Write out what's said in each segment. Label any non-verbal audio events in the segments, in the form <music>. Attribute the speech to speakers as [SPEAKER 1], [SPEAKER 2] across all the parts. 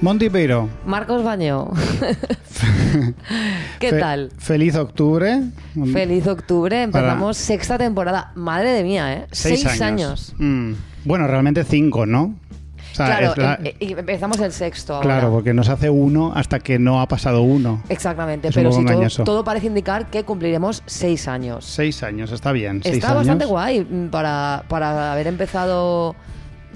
[SPEAKER 1] Monty Peiro.
[SPEAKER 2] Marcos
[SPEAKER 1] <laughs>
[SPEAKER 2] Baño. ¿Qué
[SPEAKER 1] Fe-
[SPEAKER 2] tal?
[SPEAKER 1] Feliz octubre.
[SPEAKER 2] Feliz octubre,
[SPEAKER 1] Para-
[SPEAKER 2] empezamos sexta temporada. Madre de mía, ¿eh?
[SPEAKER 1] Mm. Bueno, realmente cinco, ¿no? O sea,
[SPEAKER 2] Claro,
[SPEAKER 1] es la-
[SPEAKER 2] em- y empezamos el sexto ahora.
[SPEAKER 1] claro, porque nos hace uno hasta que no ha pasado uno.
[SPEAKER 2] Exactamente,
[SPEAKER 1] Es un
[SPEAKER 2] pero
[SPEAKER 1] poco
[SPEAKER 2] si
[SPEAKER 1] engañoso.
[SPEAKER 2] todo, todo parece indicar que cumpliremos seis años.
[SPEAKER 1] Seis años, está bien. seis
[SPEAKER 2] Está
[SPEAKER 1] años.
[SPEAKER 2] bastante guay mm, para, para haber empezado...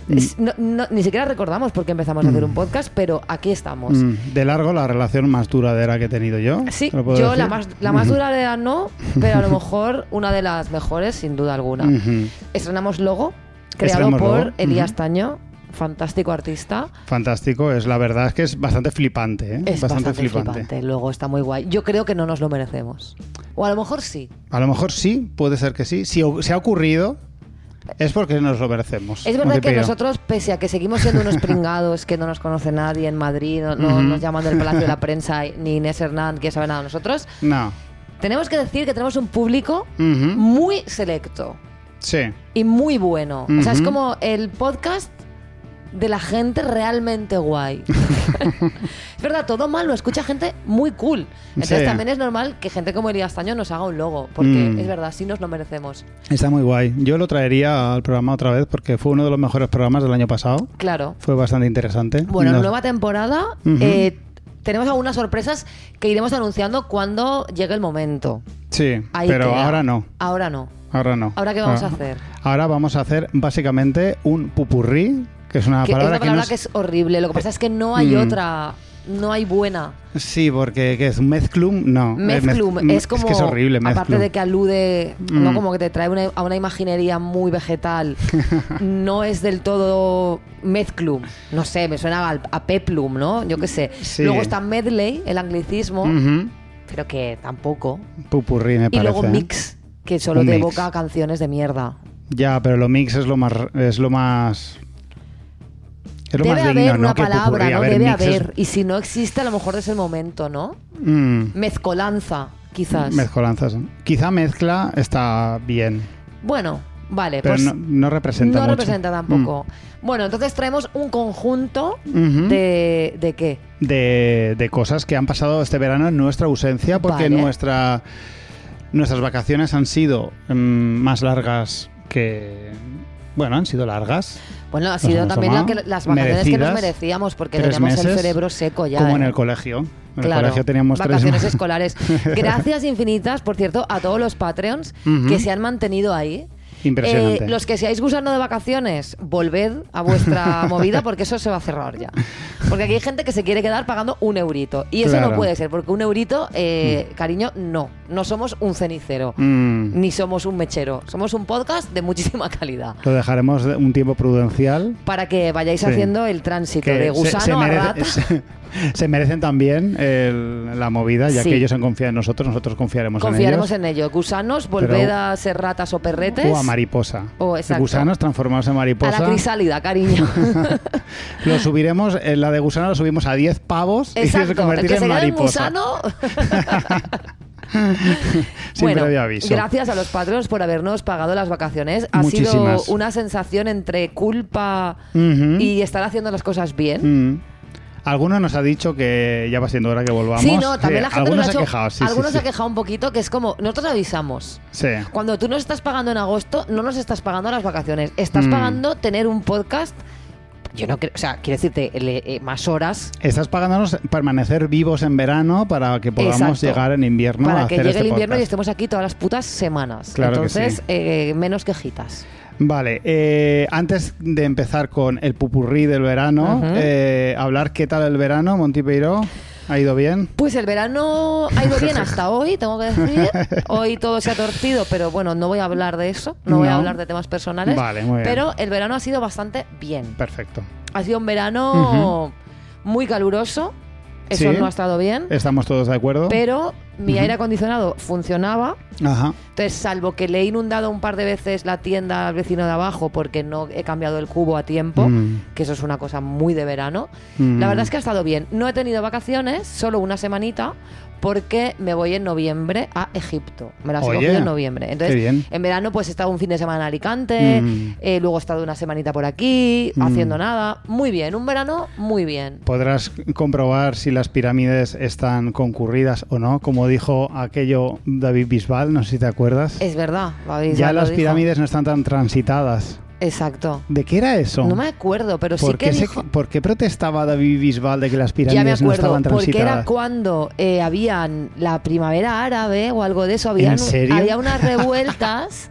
[SPEAKER 1] Mm.
[SPEAKER 2] Es- no- no- ni siquiera recordamos por qué empezamos a hacer un podcast, pero aquí estamos.
[SPEAKER 1] Mm, De largo la relación más duradera que he tenido yo.
[SPEAKER 2] Sí,
[SPEAKER 1] ¿te lo puedo
[SPEAKER 2] yo
[SPEAKER 1] decir? Mm.
[SPEAKER 2] la más, la más duradera no, pero
[SPEAKER 1] <laughs>
[SPEAKER 2] a lo mejor una de las mejores, sin duda alguna.
[SPEAKER 1] Ujú.
[SPEAKER 2] Estrenamos logo, creado
[SPEAKER 1] Estrenamos
[SPEAKER 2] por
[SPEAKER 1] logo,
[SPEAKER 2] Elías
[SPEAKER 1] ujú.
[SPEAKER 2] Taño, fantástico artista.
[SPEAKER 1] Fantástico, es la verdad es que es bastante flipante, ¿eh?
[SPEAKER 2] Es bastante, flipante. El logo está muy guay. Yo creo que no nos lo merecemos. O a lo mejor sí.
[SPEAKER 1] A lo mejor sí, puede ser que sí. Si o- se ha ocurrido, es porque nos lo merecemos.
[SPEAKER 2] Es verdad
[SPEAKER 1] Monty
[SPEAKER 2] que
[SPEAKER 1] Peiro.
[SPEAKER 2] nosotros, pese a que seguimos siendo unos pringados, que no nos conoce nadie en Madrid, no, no nos llaman del Palacio de la Prensa, ni Inés Hernán, que sabe nada de nosotros,
[SPEAKER 1] No.
[SPEAKER 2] tenemos que decir que tenemos un público
[SPEAKER 1] Ujú.
[SPEAKER 2] muy selecto.
[SPEAKER 1] Sí.
[SPEAKER 2] y muy bueno. O sea, es
[SPEAKER 1] Ujú.
[SPEAKER 2] como el podcast de la gente realmente
[SPEAKER 1] <laughs>
[SPEAKER 2] guay. es verdad, todo mal lo escucha gente muy cool. Entonces
[SPEAKER 1] Sí.
[SPEAKER 2] también es normal que gente como Elías Taño nos haga un logo, porque
[SPEAKER 1] Mm.
[SPEAKER 2] es verdad, sí nos lo merecemos.
[SPEAKER 1] Está muy guay. Yo lo traería al programa otra vez porque fue uno de los mejores programas del año pasado.
[SPEAKER 2] Claro.
[SPEAKER 1] Fue bastante interesante.
[SPEAKER 2] Bueno,
[SPEAKER 1] Nos-
[SPEAKER 2] nueva temporada.
[SPEAKER 1] Ujú.
[SPEAKER 2] eh, tenemos algunas sorpresas que iremos anunciando cuando llegue el momento.
[SPEAKER 1] Sí,
[SPEAKER 2] Ahí
[SPEAKER 1] pero
[SPEAKER 2] queda.
[SPEAKER 1] ahora no.
[SPEAKER 2] Ahora no.
[SPEAKER 1] Ahora no. Ah,
[SPEAKER 2] ¿Ahora qué vamos a hacer?
[SPEAKER 1] Ahora vamos a hacer básicamente un pupurrí, Ah, que es una
[SPEAKER 2] Que es
[SPEAKER 1] palabra
[SPEAKER 2] una palabra
[SPEAKER 1] no
[SPEAKER 2] que es horrible. Lo que pasa es que no hay
[SPEAKER 1] Mm.
[SPEAKER 2] otra. No hay buena.
[SPEAKER 1] Sí, porque ¿qué es mezclum, no. eh, mez-
[SPEAKER 2] Mezclum
[SPEAKER 1] mm,
[SPEAKER 2] es como.
[SPEAKER 1] que es horrible,
[SPEAKER 2] Aparte
[SPEAKER 1] mezclum.
[SPEAKER 2] de que alude,
[SPEAKER 1] Mm.
[SPEAKER 2] ¿no? como que te trae una- a una imaginería muy
[SPEAKER 1] <laughs>
[SPEAKER 2] vegetal, no es del todo mezclum. No sé, me suena al- a, peplum, ¿no? Yo qué sé.
[SPEAKER 1] Sí.
[SPEAKER 2] Luego está medley, el anglicismo,
[SPEAKER 1] Ujú.
[SPEAKER 2] pero que tampoco.
[SPEAKER 1] Pupurrí, me
[SPEAKER 2] Y
[SPEAKER 1] parece.
[SPEAKER 2] luego mix, que solo
[SPEAKER 1] Un
[SPEAKER 2] te
[SPEAKER 1] mix.
[SPEAKER 2] evoca canciones de mierda.
[SPEAKER 1] Ya, pero lo mix es lo más es lo más es lo
[SPEAKER 2] Debe
[SPEAKER 1] más
[SPEAKER 2] haber
[SPEAKER 1] digno,
[SPEAKER 2] una
[SPEAKER 1] ¿no? Que
[SPEAKER 2] palabra,
[SPEAKER 1] pupurrí.
[SPEAKER 2] ¿no?
[SPEAKER 1] A ver,
[SPEAKER 2] Debe
[SPEAKER 1] mix es-
[SPEAKER 2] haber. Y si no existe, a lo mejor es el momento, ¿no?
[SPEAKER 1] Mm.
[SPEAKER 2] Mezcolanza, quizás.
[SPEAKER 1] Mezcolanzas. Quizá mezcla está bien,
[SPEAKER 2] bueno, vale,
[SPEAKER 1] pero
[SPEAKER 2] pues.
[SPEAKER 1] no, no representa
[SPEAKER 2] no
[SPEAKER 1] mucho. Mm.
[SPEAKER 2] representa tampoco. Bueno, entonces traemos un conjunto
[SPEAKER 1] Ujú.
[SPEAKER 2] de, de qué?
[SPEAKER 1] Mm. De, de cosas que han pasado este verano en nuestra ausencia, porque
[SPEAKER 2] Vale.
[SPEAKER 1] nuestra, nuestras vacaciones han sido mm, más largas que... Bueno, han sido largas.
[SPEAKER 2] Bueno, ha
[SPEAKER 1] Nos
[SPEAKER 2] sido
[SPEAKER 1] hemos
[SPEAKER 2] también la que-
[SPEAKER 1] tomado.
[SPEAKER 2] las vacaciones que nos
[SPEAKER 1] Merecidas.
[SPEAKER 2] merecíamos porque
[SPEAKER 1] Tres
[SPEAKER 2] teníamos el
[SPEAKER 1] meses,
[SPEAKER 2] cerebro seco ya.
[SPEAKER 1] como en
[SPEAKER 2] ¿eh?
[SPEAKER 1] el colegio. En el
[SPEAKER 2] Claro,
[SPEAKER 1] colegio teníamos tres
[SPEAKER 2] vacaciones
[SPEAKER 1] meses.
[SPEAKER 2] escolares.
[SPEAKER 1] <laughs>
[SPEAKER 2] Gracias infinitas, por cierto, a todos los Patreons
[SPEAKER 1] Ujú.
[SPEAKER 2] que se han mantenido ahí.
[SPEAKER 1] <laughs> Impresionante.
[SPEAKER 2] Eh, los que seáis gusano de vacaciones, volved a vuestra
[SPEAKER 1] <laughs>
[SPEAKER 2] movida porque eso se va a cerrar ya. Porque aquí hay gente que se quiere quedar pagando un eurito. Y eso
[SPEAKER 1] Claro.
[SPEAKER 2] no puede ser, porque un eurito, eh, cariño, no. No somos un cenicero.
[SPEAKER 1] Mm.
[SPEAKER 2] Ni somos un mechero. Somos un podcast de muchísima calidad.
[SPEAKER 1] Lo dejaremos de- un tiempo prudencial.
[SPEAKER 2] Para que vayáis
[SPEAKER 1] Sí.
[SPEAKER 2] haciendo el tránsito de
[SPEAKER 1] se-
[SPEAKER 2] gusano
[SPEAKER 1] se,
[SPEAKER 2] a
[SPEAKER 1] merece- <laughs>
[SPEAKER 2] rata.
[SPEAKER 1] se- se merecen también el- la movida, ya
[SPEAKER 2] Sí.
[SPEAKER 1] que ellos han confiado en nosotros, nosotros confiaremos
[SPEAKER 2] Confiaremos
[SPEAKER 1] en ellos.
[SPEAKER 2] en ello. Gusanos, volved
[SPEAKER 1] Pero-
[SPEAKER 2] a ser ratas o perretes.
[SPEAKER 1] o a mariposa.
[SPEAKER 2] O, Oh, exacto.
[SPEAKER 1] Gusanos transformados en
[SPEAKER 2] A
[SPEAKER 1] mariposa.
[SPEAKER 2] la crisálida,
[SPEAKER 1] <laughs>
[SPEAKER 2] cariño.
[SPEAKER 1] lo subiremos, en la de gusano lo subimos a 10 pavos y se
[SPEAKER 2] Exacto. El
[SPEAKER 1] convertirá
[SPEAKER 2] que se
[SPEAKER 1] en
[SPEAKER 2] quede en
[SPEAKER 1] mariposa.
[SPEAKER 2] gusano.
[SPEAKER 1] <laughs>
[SPEAKER 2] <laughs>
[SPEAKER 1] Sin
[SPEAKER 2] bueno,
[SPEAKER 1] previo aviso.
[SPEAKER 2] gracias a los patronos por habernos pagado las vacaciones. Ha
[SPEAKER 1] Muchísimas.
[SPEAKER 2] sido una sensación entre culpa
[SPEAKER 1] Ujú.
[SPEAKER 2] y estar haciendo las cosas bien.
[SPEAKER 1] Mm. Alguno nos ha dicho que ya va siendo hora que volvamos.
[SPEAKER 2] Sí, no, también la
[SPEAKER 1] Sí,
[SPEAKER 2] gente
[SPEAKER 1] algunos
[SPEAKER 2] nos ha,
[SPEAKER 1] se
[SPEAKER 2] hecho-
[SPEAKER 1] ha quejado, sí, sí,
[SPEAKER 2] algunos
[SPEAKER 1] sí.
[SPEAKER 2] se ha quejado un poquito, que es como, nosotros avisamos.
[SPEAKER 1] Sí.
[SPEAKER 2] Cuando tú nos estás pagando en agosto, no nos estás pagando las vacaciones. Estás
[SPEAKER 1] Mm.
[SPEAKER 2] pagando tener un podcast. Yo no creo, o sea, quiero decirte, le- eh, más horas
[SPEAKER 1] Estás pagándonos permanecer vivos en verano para que podamos
[SPEAKER 2] Exacto.
[SPEAKER 1] llegar en invierno a
[SPEAKER 2] para que
[SPEAKER 1] hacer
[SPEAKER 2] llegue
[SPEAKER 1] este
[SPEAKER 2] el invierno y
[SPEAKER 1] podcast.
[SPEAKER 2] estemos aquí todas las putas semanas.
[SPEAKER 1] Claro que
[SPEAKER 2] Entonces,
[SPEAKER 1] sí.
[SPEAKER 2] eh, menos quejitas.
[SPEAKER 1] Vale, eh, antes de empezar con el pupurrí del verano,
[SPEAKER 2] Ujú.
[SPEAKER 1] eh, hablar qué tal el verano, Montipeiro. ¿Ha ido bien?
[SPEAKER 2] Pues el verano ha ido bien hasta hoy, tengo que
[SPEAKER 1] <laughs>
[SPEAKER 2] decir. Hoy todo se ha torcido, pero bueno, no voy a hablar de eso. No, voy a
[SPEAKER 1] No.
[SPEAKER 2] hablar de temas personales.
[SPEAKER 1] Vale, muy bien.
[SPEAKER 2] Pero el verano ha sido bastante bien.
[SPEAKER 1] Perfecto.
[SPEAKER 2] Ha sido un verano muy caluroso. Eso
[SPEAKER 1] Sí.
[SPEAKER 2] no ha estado bien.
[SPEAKER 1] Estamos todos de acuerdo.
[SPEAKER 2] Pero mi
[SPEAKER 1] Ujú.
[SPEAKER 2] aire acondicionado funcionaba.
[SPEAKER 1] Ajá.
[SPEAKER 2] Entonces, salvo que le he inundado un par de veces la tienda al vecino de abajo porque no he cambiado el cubo a tiempo,
[SPEAKER 1] Mm.
[SPEAKER 2] que eso es una cosa muy de verano,
[SPEAKER 1] Mm.
[SPEAKER 2] la verdad es que ha estado bien. No he tenido vacaciones, solo una semanita, porque me voy en noviembre a Egipto. Me las he
[SPEAKER 1] Oye,
[SPEAKER 2] cogido en noviembre. Entonces,
[SPEAKER 1] qué bien.
[SPEAKER 2] en verano pues he estado un fin de semana en Alicante,
[SPEAKER 1] Mm.
[SPEAKER 2] eh, luego he estado una semanita por aquí,
[SPEAKER 1] Mm.
[SPEAKER 2] haciendo nada. Muy bien, un verano muy bien.
[SPEAKER 1] Podrás comprobar si las pirámides están concurridas o no, como dijo aquello David Bisbal, no sé si te acuerdas.
[SPEAKER 2] Es verdad, David,
[SPEAKER 1] ya
[SPEAKER 2] Eh, lo
[SPEAKER 1] las
[SPEAKER 2] dijo.
[SPEAKER 1] pirámides no están tan transitadas.
[SPEAKER 2] Exacto.
[SPEAKER 1] ¿De qué era eso?
[SPEAKER 2] No me acuerdo, pero sí
[SPEAKER 1] ¿Por,
[SPEAKER 2] que
[SPEAKER 1] qué se-
[SPEAKER 2] dijo...
[SPEAKER 1] por qué protestaba David Bisbal de que las
[SPEAKER 2] Ya me
[SPEAKER 1] pirámides no
[SPEAKER 2] acuerdo,
[SPEAKER 1] estaban
[SPEAKER 2] porque era
[SPEAKER 1] transitadas?
[SPEAKER 2] cuando eh, habían la primavera árabe o algo de eso, habían-
[SPEAKER 1] ¿En serio?
[SPEAKER 2] había unas revueltas.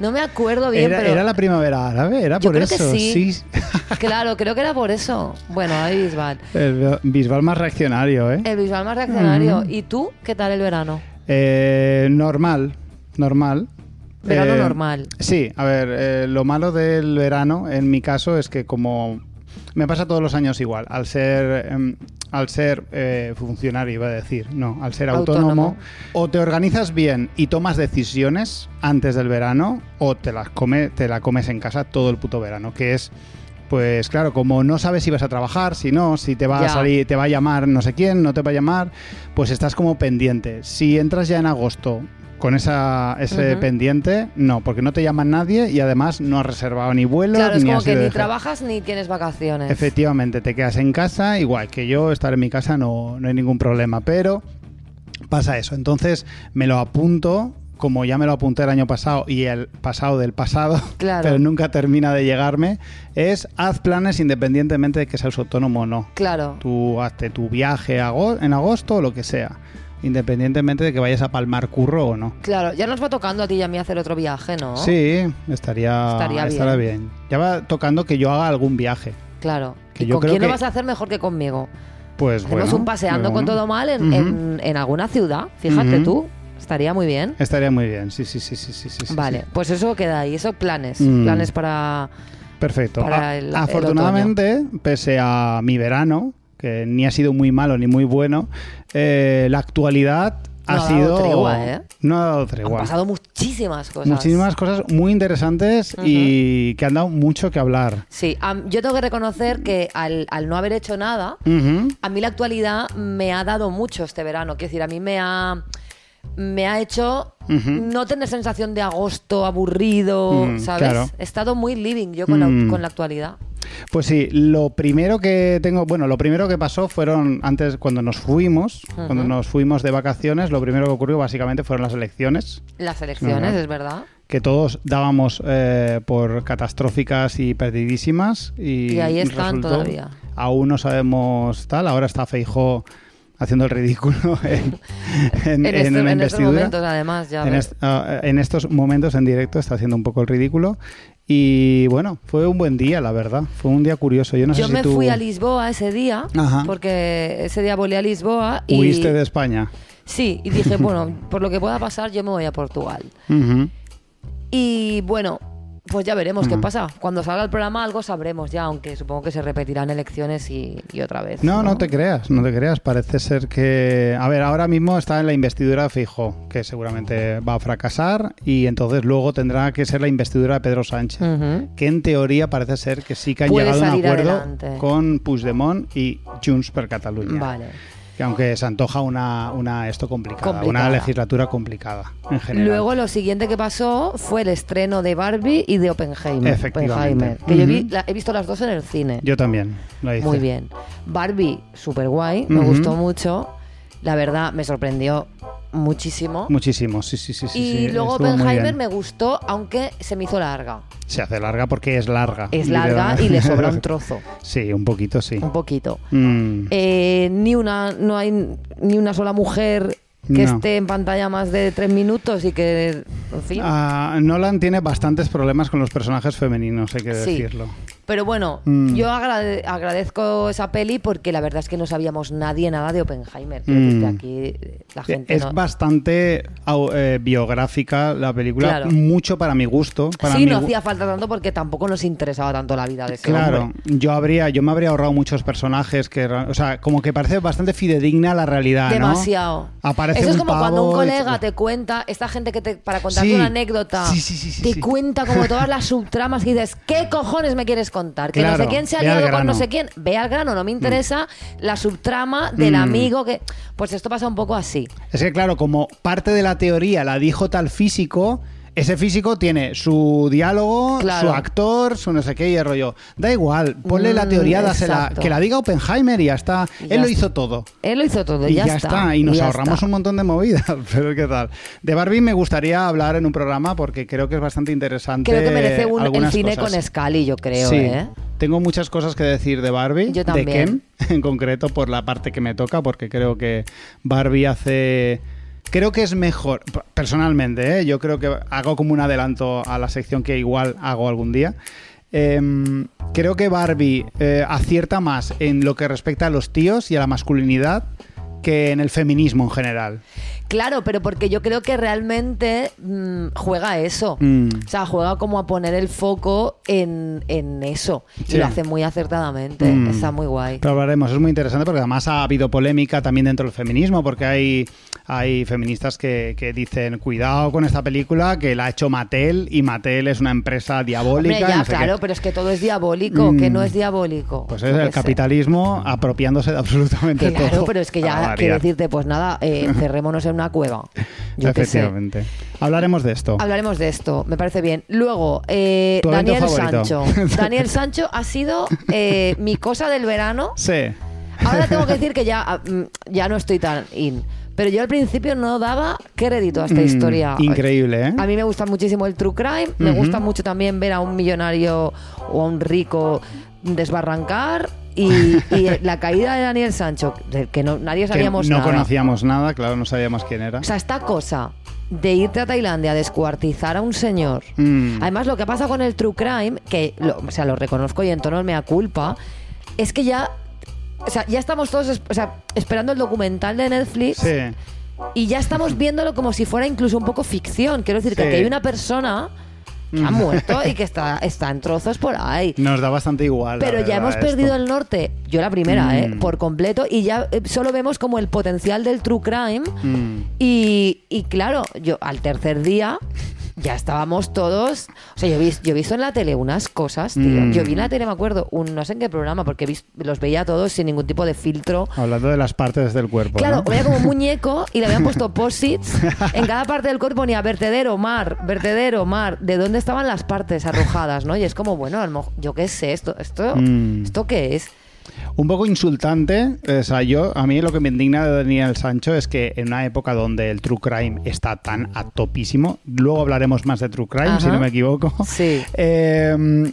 [SPEAKER 2] No me acuerdo bien,
[SPEAKER 1] era,
[SPEAKER 2] pero
[SPEAKER 1] era la primavera árabe, era
[SPEAKER 2] Yo
[SPEAKER 1] por
[SPEAKER 2] creo que
[SPEAKER 1] eso.
[SPEAKER 2] sí.
[SPEAKER 1] sí.
[SPEAKER 2] <laughs> claro, creo que era por eso. Bueno, ahí Bisbal.
[SPEAKER 1] El Bisbal más reaccionario, ¿eh?
[SPEAKER 2] El Bisbal más reaccionario.
[SPEAKER 1] Mm.
[SPEAKER 2] ¿Y tú qué tal el verano?
[SPEAKER 1] Eh, normal, normal.
[SPEAKER 2] Verano
[SPEAKER 1] Eh,
[SPEAKER 2] normal.
[SPEAKER 1] Sí, a ver, eh, lo malo del verano en mi caso es que como me pasa todos los años igual, al ser em, al ser eh, funcionario iba a decir, no, al ser autónomo,
[SPEAKER 2] Autónomo.
[SPEAKER 1] o te organizas bien y tomas decisiones antes del verano o te las come te la comes en casa todo el puto verano, que es pues claro, como no sabes si vas a trabajar, si no, si te va a
[SPEAKER 2] Ya.
[SPEAKER 1] salir, te va a llamar no sé quién, no te va a llamar, pues estás como pendiente. Si entras ya en agosto con esa, ese
[SPEAKER 2] Ujú.
[SPEAKER 1] pendiente, no, porque no te llama nadie y además no has reservado ni vuelo
[SPEAKER 2] Claro, es
[SPEAKER 1] ni
[SPEAKER 2] como
[SPEAKER 1] has
[SPEAKER 2] que
[SPEAKER 1] ido
[SPEAKER 2] ni
[SPEAKER 1] de gira.
[SPEAKER 2] trabajas ni tienes vacaciones.
[SPEAKER 1] Efectivamente, te quedas en casa, igual que yo, estar en mi casa no, no hay ningún problema, pero pasa eso. Entonces me lo apunto, como ya me lo apunté el año pasado y el pasado del pasado, <laughs>
[SPEAKER 2] Claro.
[SPEAKER 1] pero nunca termina de llegarme, es haz planes independientemente de que seas autónomo o no.
[SPEAKER 2] Claro.
[SPEAKER 1] Tú hazte tu viaje ago- en agosto o lo que sea, independientemente de que vayas a palmar curro o no.
[SPEAKER 2] Claro, ya nos va tocando a ti y a mí hacer otro viaje, ¿no?
[SPEAKER 1] Sí, estaría,
[SPEAKER 2] Estaría
[SPEAKER 1] estará bien. Ya va tocando que yo haga algún viaje.
[SPEAKER 2] Claro.
[SPEAKER 1] Que
[SPEAKER 2] ¿Y
[SPEAKER 1] yo
[SPEAKER 2] ¿Con
[SPEAKER 1] creo
[SPEAKER 2] quién lo
[SPEAKER 1] que-
[SPEAKER 2] vas a hacer mejor que conmigo?
[SPEAKER 1] Pues
[SPEAKER 2] Hacemos
[SPEAKER 1] bueno,
[SPEAKER 2] un paseando
[SPEAKER 1] pero
[SPEAKER 2] con
[SPEAKER 1] bueno.
[SPEAKER 2] todo mal en, en- en alguna ciudad. Fíjate
[SPEAKER 1] Ujú.
[SPEAKER 2] tú, estaría muy bien.
[SPEAKER 1] Estaría muy bien, sí, sí, sí, sí, sí, sí, sí.
[SPEAKER 2] Vale, pues eso queda ahí, esos planes.
[SPEAKER 1] Mm.
[SPEAKER 2] Planes para.
[SPEAKER 1] sí. Perfecto.
[SPEAKER 2] Para
[SPEAKER 1] A-
[SPEAKER 2] el- el
[SPEAKER 1] Afortunadamente, pese a mi verano, que ni ha sido muy malo ni muy bueno, eh, la actualidad ha
[SPEAKER 2] No ha dado
[SPEAKER 1] sido...
[SPEAKER 2] tregua, ¿eh?
[SPEAKER 1] No ha dado
[SPEAKER 2] Han
[SPEAKER 1] tregua.
[SPEAKER 2] pasado muchísimas cosas.
[SPEAKER 1] Muchísimas cosas muy interesantes y que han dado mucho que hablar.
[SPEAKER 2] Sí, am- yo tengo que reconocer que al, al no haber hecho nada,
[SPEAKER 1] Ujú.
[SPEAKER 2] a mí la actualidad me ha dado mucho este verano. Quiero decir, a mí me ha. Me ha hecho no tener sensación de agosto aburrido,
[SPEAKER 1] Mm,
[SPEAKER 2] ¿sabes?
[SPEAKER 1] claro.
[SPEAKER 2] He estado muy living yo con, la-
[SPEAKER 1] Mm.
[SPEAKER 2] con la actualidad.
[SPEAKER 1] Pues sí, lo primero que tengo, bueno, lo primero que pasó fueron antes cuando nos fuimos, cuando nos fuimos de vacaciones, lo primero que ocurrió básicamente fueron las elecciones,
[SPEAKER 2] Las elecciones,
[SPEAKER 1] Ajá.
[SPEAKER 2] es verdad.
[SPEAKER 1] que todos dábamos eh, por catastróficas y perdidísimas y,
[SPEAKER 2] Y ahí están
[SPEAKER 1] resultó-
[SPEAKER 2] todavía.
[SPEAKER 1] Aún no sabemos tal, ahora está Feijó haciendo el ridículo <laughs> en, en-
[SPEAKER 2] <laughs> En,
[SPEAKER 1] en la
[SPEAKER 2] este- en estos
[SPEAKER 1] investidura.
[SPEAKER 2] momentos, además, ya.
[SPEAKER 1] En,
[SPEAKER 2] ves.
[SPEAKER 1] est- ah, en estos momentos en directo está haciendo un poco el ridículo. Y bueno, fue un buen día, la verdad. Fue un día curioso. Yo no
[SPEAKER 2] Yo
[SPEAKER 1] sé si
[SPEAKER 2] me
[SPEAKER 1] tú
[SPEAKER 2] fui a Lisboa ese día,
[SPEAKER 1] Ajá.
[SPEAKER 2] porque ese día volé a Lisboa y.
[SPEAKER 1] huiste de España.
[SPEAKER 2] Sí,
[SPEAKER 1] <laughs>
[SPEAKER 2] y dije, bueno, por lo que pueda pasar, yo me voy a Portugal.
[SPEAKER 1] Ujú.
[SPEAKER 2] Y bueno, pues ya veremos qué pasa. Cuando salga el programa, algo sabremos ya, aunque supongo que se repetirán elecciones y, y otra vez.
[SPEAKER 1] No, no te creas, no te creas. Parece ser que. A ver, ahora mismo está en la investidura fijo, que seguramente va a fracasar. Y entonces luego tendrá que ser la investidura de Pedro Sánchez.
[SPEAKER 2] Ujú.
[SPEAKER 1] Que en teoría parece ser que sí que han
[SPEAKER 2] Mm. Puede
[SPEAKER 1] llegado a un
[SPEAKER 2] salir
[SPEAKER 1] acuerdo
[SPEAKER 2] adelante.
[SPEAKER 1] con Puigdemont y Junts per Catalunya.
[SPEAKER 2] Vale.
[SPEAKER 1] Que aunque se antoja una, una esto complicada,
[SPEAKER 2] Complicada.
[SPEAKER 1] una legislatura complicada en general.
[SPEAKER 2] Luego lo siguiente que pasó fue el estreno de Barbie y de Oppenheimer.
[SPEAKER 1] Efectivamente.
[SPEAKER 2] Oppenheimer, que yo vi-
[SPEAKER 1] Ujú.
[SPEAKER 2] la- he visto las dos en el cine.
[SPEAKER 1] Yo también lo hice.
[SPEAKER 2] Muy bien. Barbie, súper guay, me
[SPEAKER 1] Ujú.
[SPEAKER 2] gustó mucho. La verdad, me sorprendió muchísimo.
[SPEAKER 1] Muchísimo, sí, sí, sí. sí,
[SPEAKER 2] y
[SPEAKER 1] sí,
[SPEAKER 2] luego
[SPEAKER 1] estuvo muy
[SPEAKER 2] Oppenheimer
[SPEAKER 1] bien.
[SPEAKER 2] me gustó, aunque se me hizo larga.
[SPEAKER 1] Se hace larga porque es larga.
[SPEAKER 2] Es larga y le sobra
[SPEAKER 1] <laughs>
[SPEAKER 2] un trozo,
[SPEAKER 1] Sí, un poquito, sí.
[SPEAKER 2] un poquito.
[SPEAKER 1] Mm,
[SPEAKER 2] Eh, ni una, no hay ni una sola mujer que
[SPEAKER 1] No.
[SPEAKER 2] esté en pantalla más de tres minutos y que, en fin.
[SPEAKER 1] ah, Nolan tiene bastantes problemas con los personajes femeninos, hay que
[SPEAKER 2] Sí.
[SPEAKER 1] decirlo.
[SPEAKER 2] Pero bueno,
[SPEAKER 1] Mm.
[SPEAKER 2] yo agrade- agradezco esa peli porque la verdad es que no sabíamos nadie nada de Oppenheimer. Quiero
[SPEAKER 1] Mm.
[SPEAKER 2] decirte, aquí eh, la gente
[SPEAKER 1] es
[SPEAKER 2] no-
[SPEAKER 1] bastante au- eh, biográfica la película,
[SPEAKER 2] Claro.
[SPEAKER 1] mucho para mi gusto. Para
[SPEAKER 2] sí,
[SPEAKER 1] mi
[SPEAKER 2] no
[SPEAKER 1] gu-
[SPEAKER 2] hacía falta tanto porque tampoco nos interesaba tanto la vida de ese
[SPEAKER 1] Claro,
[SPEAKER 2] hombre.
[SPEAKER 1] yo habría, yo me habría ahorrado muchos personajes que, ra- o sea, como que parece bastante fidedigna a la realidad, ah, ¿no?
[SPEAKER 2] Demasiado.
[SPEAKER 1] Aparece
[SPEAKER 2] Eso es
[SPEAKER 1] un
[SPEAKER 2] como
[SPEAKER 1] pavo
[SPEAKER 2] cuando un
[SPEAKER 1] y-
[SPEAKER 2] colega te cuenta, esta gente que te, para contarte
[SPEAKER 1] Sí.
[SPEAKER 2] una anécdota,
[SPEAKER 1] Sí, sí, sí, sí,
[SPEAKER 2] te
[SPEAKER 1] sí.
[SPEAKER 2] cuenta
[SPEAKER 1] <laughs>
[SPEAKER 2] como todas las subtramas y dices, ¿qué cojones me quieres contar? Que no
[SPEAKER 1] Claro,
[SPEAKER 2] sé quién se ha
[SPEAKER 1] ve al
[SPEAKER 2] liado con
[SPEAKER 1] grano.
[SPEAKER 2] no sé quién. Ve al grano, no me interesa la subtrama del
[SPEAKER 1] Mm.
[SPEAKER 2] amigo que... Pues esto pasa un poco así.
[SPEAKER 1] Es que claro, como parte de la teoría la dijo tal físico, ese físico tiene su diálogo,
[SPEAKER 2] Claro.
[SPEAKER 1] su actor, su no sé qué y el rollo. Da igual, ponle la
[SPEAKER 2] Mm,
[SPEAKER 1] teoría, dásela-
[SPEAKER 2] exacto.
[SPEAKER 1] que la diga Oppenheimer y ya está.
[SPEAKER 2] Y
[SPEAKER 1] Él
[SPEAKER 2] ya
[SPEAKER 1] lo
[SPEAKER 2] está. Pues
[SPEAKER 1] hizo todo.
[SPEAKER 2] Él lo hizo todo,
[SPEAKER 1] Y ya, está. y nos ahorramos
[SPEAKER 2] está.
[SPEAKER 1] un montón de movidas. <laughs> Pero qué tal. De Barbie me gustaría hablar en un programa porque creo que es bastante interesante.
[SPEAKER 2] Creo que merece un, el
[SPEAKER 1] algunas
[SPEAKER 2] cine
[SPEAKER 1] cosas.
[SPEAKER 2] con Scali, yo creo,
[SPEAKER 1] Sí.
[SPEAKER 2] ¿eh?
[SPEAKER 1] Tengo muchas cosas que decir de Barbie, de
[SPEAKER 2] Yo también.
[SPEAKER 1] Ken <laughs> en concreto, por la parte que me toca, porque creo que Barbie hace... Creo que es mejor, p- personalmente, ¿eh? yo creo que hago como un adelanto a la sección que igual hago algún día. Em, creo que Barbie eh, acierta más en lo que respecta a los tíos y a la masculinidad que en el feminismo en general.
[SPEAKER 2] Claro, pero porque yo creo que realmente mm, juega a eso.
[SPEAKER 1] Mm.
[SPEAKER 2] O sea, juega como a poner el foco en, en eso.
[SPEAKER 1] Sí.
[SPEAKER 2] Y lo hace muy acertadamente.
[SPEAKER 1] Mm.
[SPEAKER 2] Está muy guay.
[SPEAKER 1] Lo hablaremos, es muy interesante porque además ha habido polémica también dentro del feminismo, porque hay, hay feministas que, que dicen, cuidado con esta película, que la ha hecho Mattel y Mattel es una empresa diabólica.
[SPEAKER 2] Hombre,
[SPEAKER 1] y
[SPEAKER 2] ya,
[SPEAKER 1] no sé qué".
[SPEAKER 2] claro, pero es que todo es diabólico. que
[SPEAKER 1] Mm.
[SPEAKER 2] no es diabólico?
[SPEAKER 1] Pues
[SPEAKER 2] Yo
[SPEAKER 1] es
[SPEAKER 2] qué
[SPEAKER 1] el
[SPEAKER 2] sé.
[SPEAKER 1] capitalismo apropiándose de absolutamente
[SPEAKER 2] Claro,
[SPEAKER 1] todo. Ah,
[SPEAKER 2] pero es que
[SPEAKER 1] para
[SPEAKER 2] ya
[SPEAKER 1] variar.
[SPEAKER 2] quiero decirte, pues nada,
[SPEAKER 1] <laughs>
[SPEAKER 2] eh, encerrémonos en una cueva. Yo qué sé.
[SPEAKER 1] Efectivamente. Hablaremos de esto.
[SPEAKER 2] Hablaremos de esto, me parece bien. Luego, eh,
[SPEAKER 1] Tu evento
[SPEAKER 2] Daniel
[SPEAKER 1] favorito. <laughs>
[SPEAKER 2] Sancho. Daniel Sancho ha sido eh, mi cosa del verano.
[SPEAKER 1] Sí.
[SPEAKER 2] Ahora tengo que decir que ya, ah, mm, ya no estoy tan in. Pero yo al principio no daba crédito a esta
[SPEAKER 1] Mm,
[SPEAKER 2] historia.
[SPEAKER 1] increíble, ¿eh?
[SPEAKER 2] A mí me gusta muchísimo el true crime. Me
[SPEAKER 1] Ujú.
[SPEAKER 2] gusta mucho también ver a un millonario o a un rico desbarrancar. Y, y eh, la caída de Daniel Sancho, del que no, nadie
[SPEAKER 1] Que no
[SPEAKER 2] sabíamos nada.
[SPEAKER 1] conocíamos nada, claro, no sabíamos quién era.
[SPEAKER 2] O sea, esta cosa de irte a Tailandia a descuartizar a un señor.
[SPEAKER 1] Mm.
[SPEAKER 2] Además, lo que pasa con el true crime, que lo, o sea, lo reconozco y en tono me da culpa, es que ya. O sea, ya estamos todos es- o sea, esperando el documental de Netflix
[SPEAKER 1] Sí.
[SPEAKER 2] y
[SPEAKER 1] <laughs>
[SPEAKER 2] ya estamos viéndolo como si fuera incluso un poco ficción. Quiero decir que
[SPEAKER 1] Sí.
[SPEAKER 2] aquí hay una persona que ha
[SPEAKER 1] Mm.
[SPEAKER 2] muerto y
[SPEAKER 1] <laughs>
[SPEAKER 2] que está, está en trozos por ahí.
[SPEAKER 1] Nos da bastante igual. la
[SPEAKER 2] Pero ya
[SPEAKER 1] verdad,
[SPEAKER 2] hemos
[SPEAKER 1] esto.
[SPEAKER 2] perdido el norte, yo la primera, ¿eh?
[SPEAKER 1] Mm.
[SPEAKER 2] por completo, y ya eh, solo vemos como el potencial del true crime
[SPEAKER 1] Mm.
[SPEAKER 2] y, y claro, yo al tercer día ya estábamos todos. O sea, yo he vis- yo he visto, en la tele unas cosas, tío.
[SPEAKER 1] Mm.
[SPEAKER 2] Yo vi en la tele, me acuerdo, un no sé en qué programa, porque vis- los veía todos sin ningún tipo de filtro.
[SPEAKER 1] Hablando de las partes del cuerpo.
[SPEAKER 2] Claro,
[SPEAKER 1] ¿no?
[SPEAKER 2] veía como
[SPEAKER 1] <laughs>
[SPEAKER 2] un muñeco y le habían puesto posits. En cada parte del cuerpo ponía vertedero, mar, vertedero, mar. ¿De dónde estaban las partes arrojadas, no? Y es como, bueno, a lo mejor- yo qué sé, esto, esto,
[SPEAKER 1] Mm.
[SPEAKER 2] ¿esto qué es?
[SPEAKER 1] un poco insultante. eh, O sea, yo, a mí lo que me indigna de Daniel Sancho es que en una época donde el true crime está tan a topísimo, luego hablaremos más de true crime,
[SPEAKER 2] Ajá.
[SPEAKER 1] si no me equivoco.
[SPEAKER 2] Sí.
[SPEAKER 1] Eh,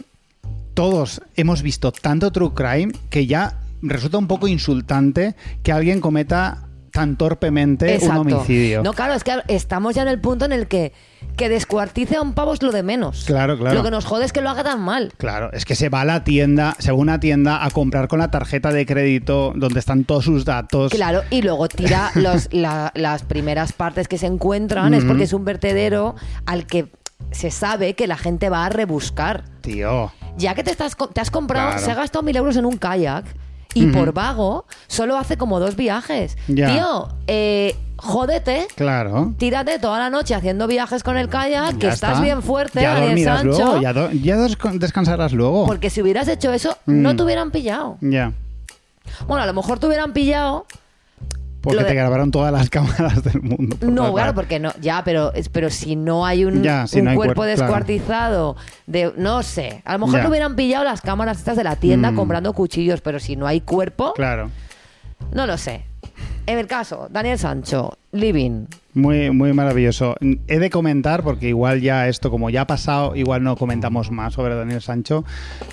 [SPEAKER 1] todos hemos visto tanto true crime que ya resulta un poco insultante que alguien cometa tan torpemente un homicidio.
[SPEAKER 2] No, claro, es que estamos ya en el punto en el que que descuartice a un pavo es lo de menos.
[SPEAKER 1] Claro, claro.
[SPEAKER 2] Lo que nos jode es que lo haga tan mal.
[SPEAKER 1] Claro, es que se va a la tienda, se va a una tienda a comprar con la tarjeta de crédito donde están todos sus datos.
[SPEAKER 2] Claro, y luego tira
[SPEAKER 1] <laughs>
[SPEAKER 2] los, la- las primeras partes que se encuentran, es porque es un vertedero al que se sabe que la gente va a rebuscar.
[SPEAKER 1] Tío.
[SPEAKER 2] Ya que te, estás, co- te has comprado,
[SPEAKER 1] Claro.
[SPEAKER 2] se ha gastado mil euros en un kayak y por vago solo hace como dos viajes.
[SPEAKER 1] Ya.
[SPEAKER 2] Tío, eh, jódete.
[SPEAKER 1] Claro.
[SPEAKER 2] Tírate toda la noche haciendo viajes con el kayak, que
[SPEAKER 1] Ya
[SPEAKER 2] estás
[SPEAKER 1] está.
[SPEAKER 2] bien fuerte,
[SPEAKER 1] ya
[SPEAKER 2] Daniel
[SPEAKER 1] dormirás
[SPEAKER 2] Sancho.
[SPEAKER 1] luego, ya, do- ya dos- descansarás luego.
[SPEAKER 2] Porque si hubieras hecho eso,
[SPEAKER 1] Oh. Mm.
[SPEAKER 2] no te hubieran pillado.
[SPEAKER 1] Ya.
[SPEAKER 2] Bueno, a lo mejor te hubieran pillado.
[SPEAKER 1] Porque
[SPEAKER 2] Lo de-
[SPEAKER 1] te grabaron todas las <laughs> cámaras del mundo. por
[SPEAKER 2] No,
[SPEAKER 1] la
[SPEAKER 2] claro,
[SPEAKER 1] cara.
[SPEAKER 2] porque no. Ya, pero, es- pero si no hay un,
[SPEAKER 1] Ya, si
[SPEAKER 2] un
[SPEAKER 1] no hay
[SPEAKER 2] cuerpo
[SPEAKER 1] cuerpo, claro.
[SPEAKER 2] descuartizado, de no sé. A lo mejor
[SPEAKER 1] Ya.
[SPEAKER 2] te hubieran pillado las cámaras estas de la tienda
[SPEAKER 1] Mm.
[SPEAKER 2] comprando cuchillos, pero si no hay cuerpo,
[SPEAKER 1] Claro.
[SPEAKER 2] no lo sé. En el caso, Daniel Sancho, Living.
[SPEAKER 1] Muy, muy maravilloso. He de comentar, porque igual ya esto, como ya ha pasado, igual no comentamos más sobre Daniel Sancho.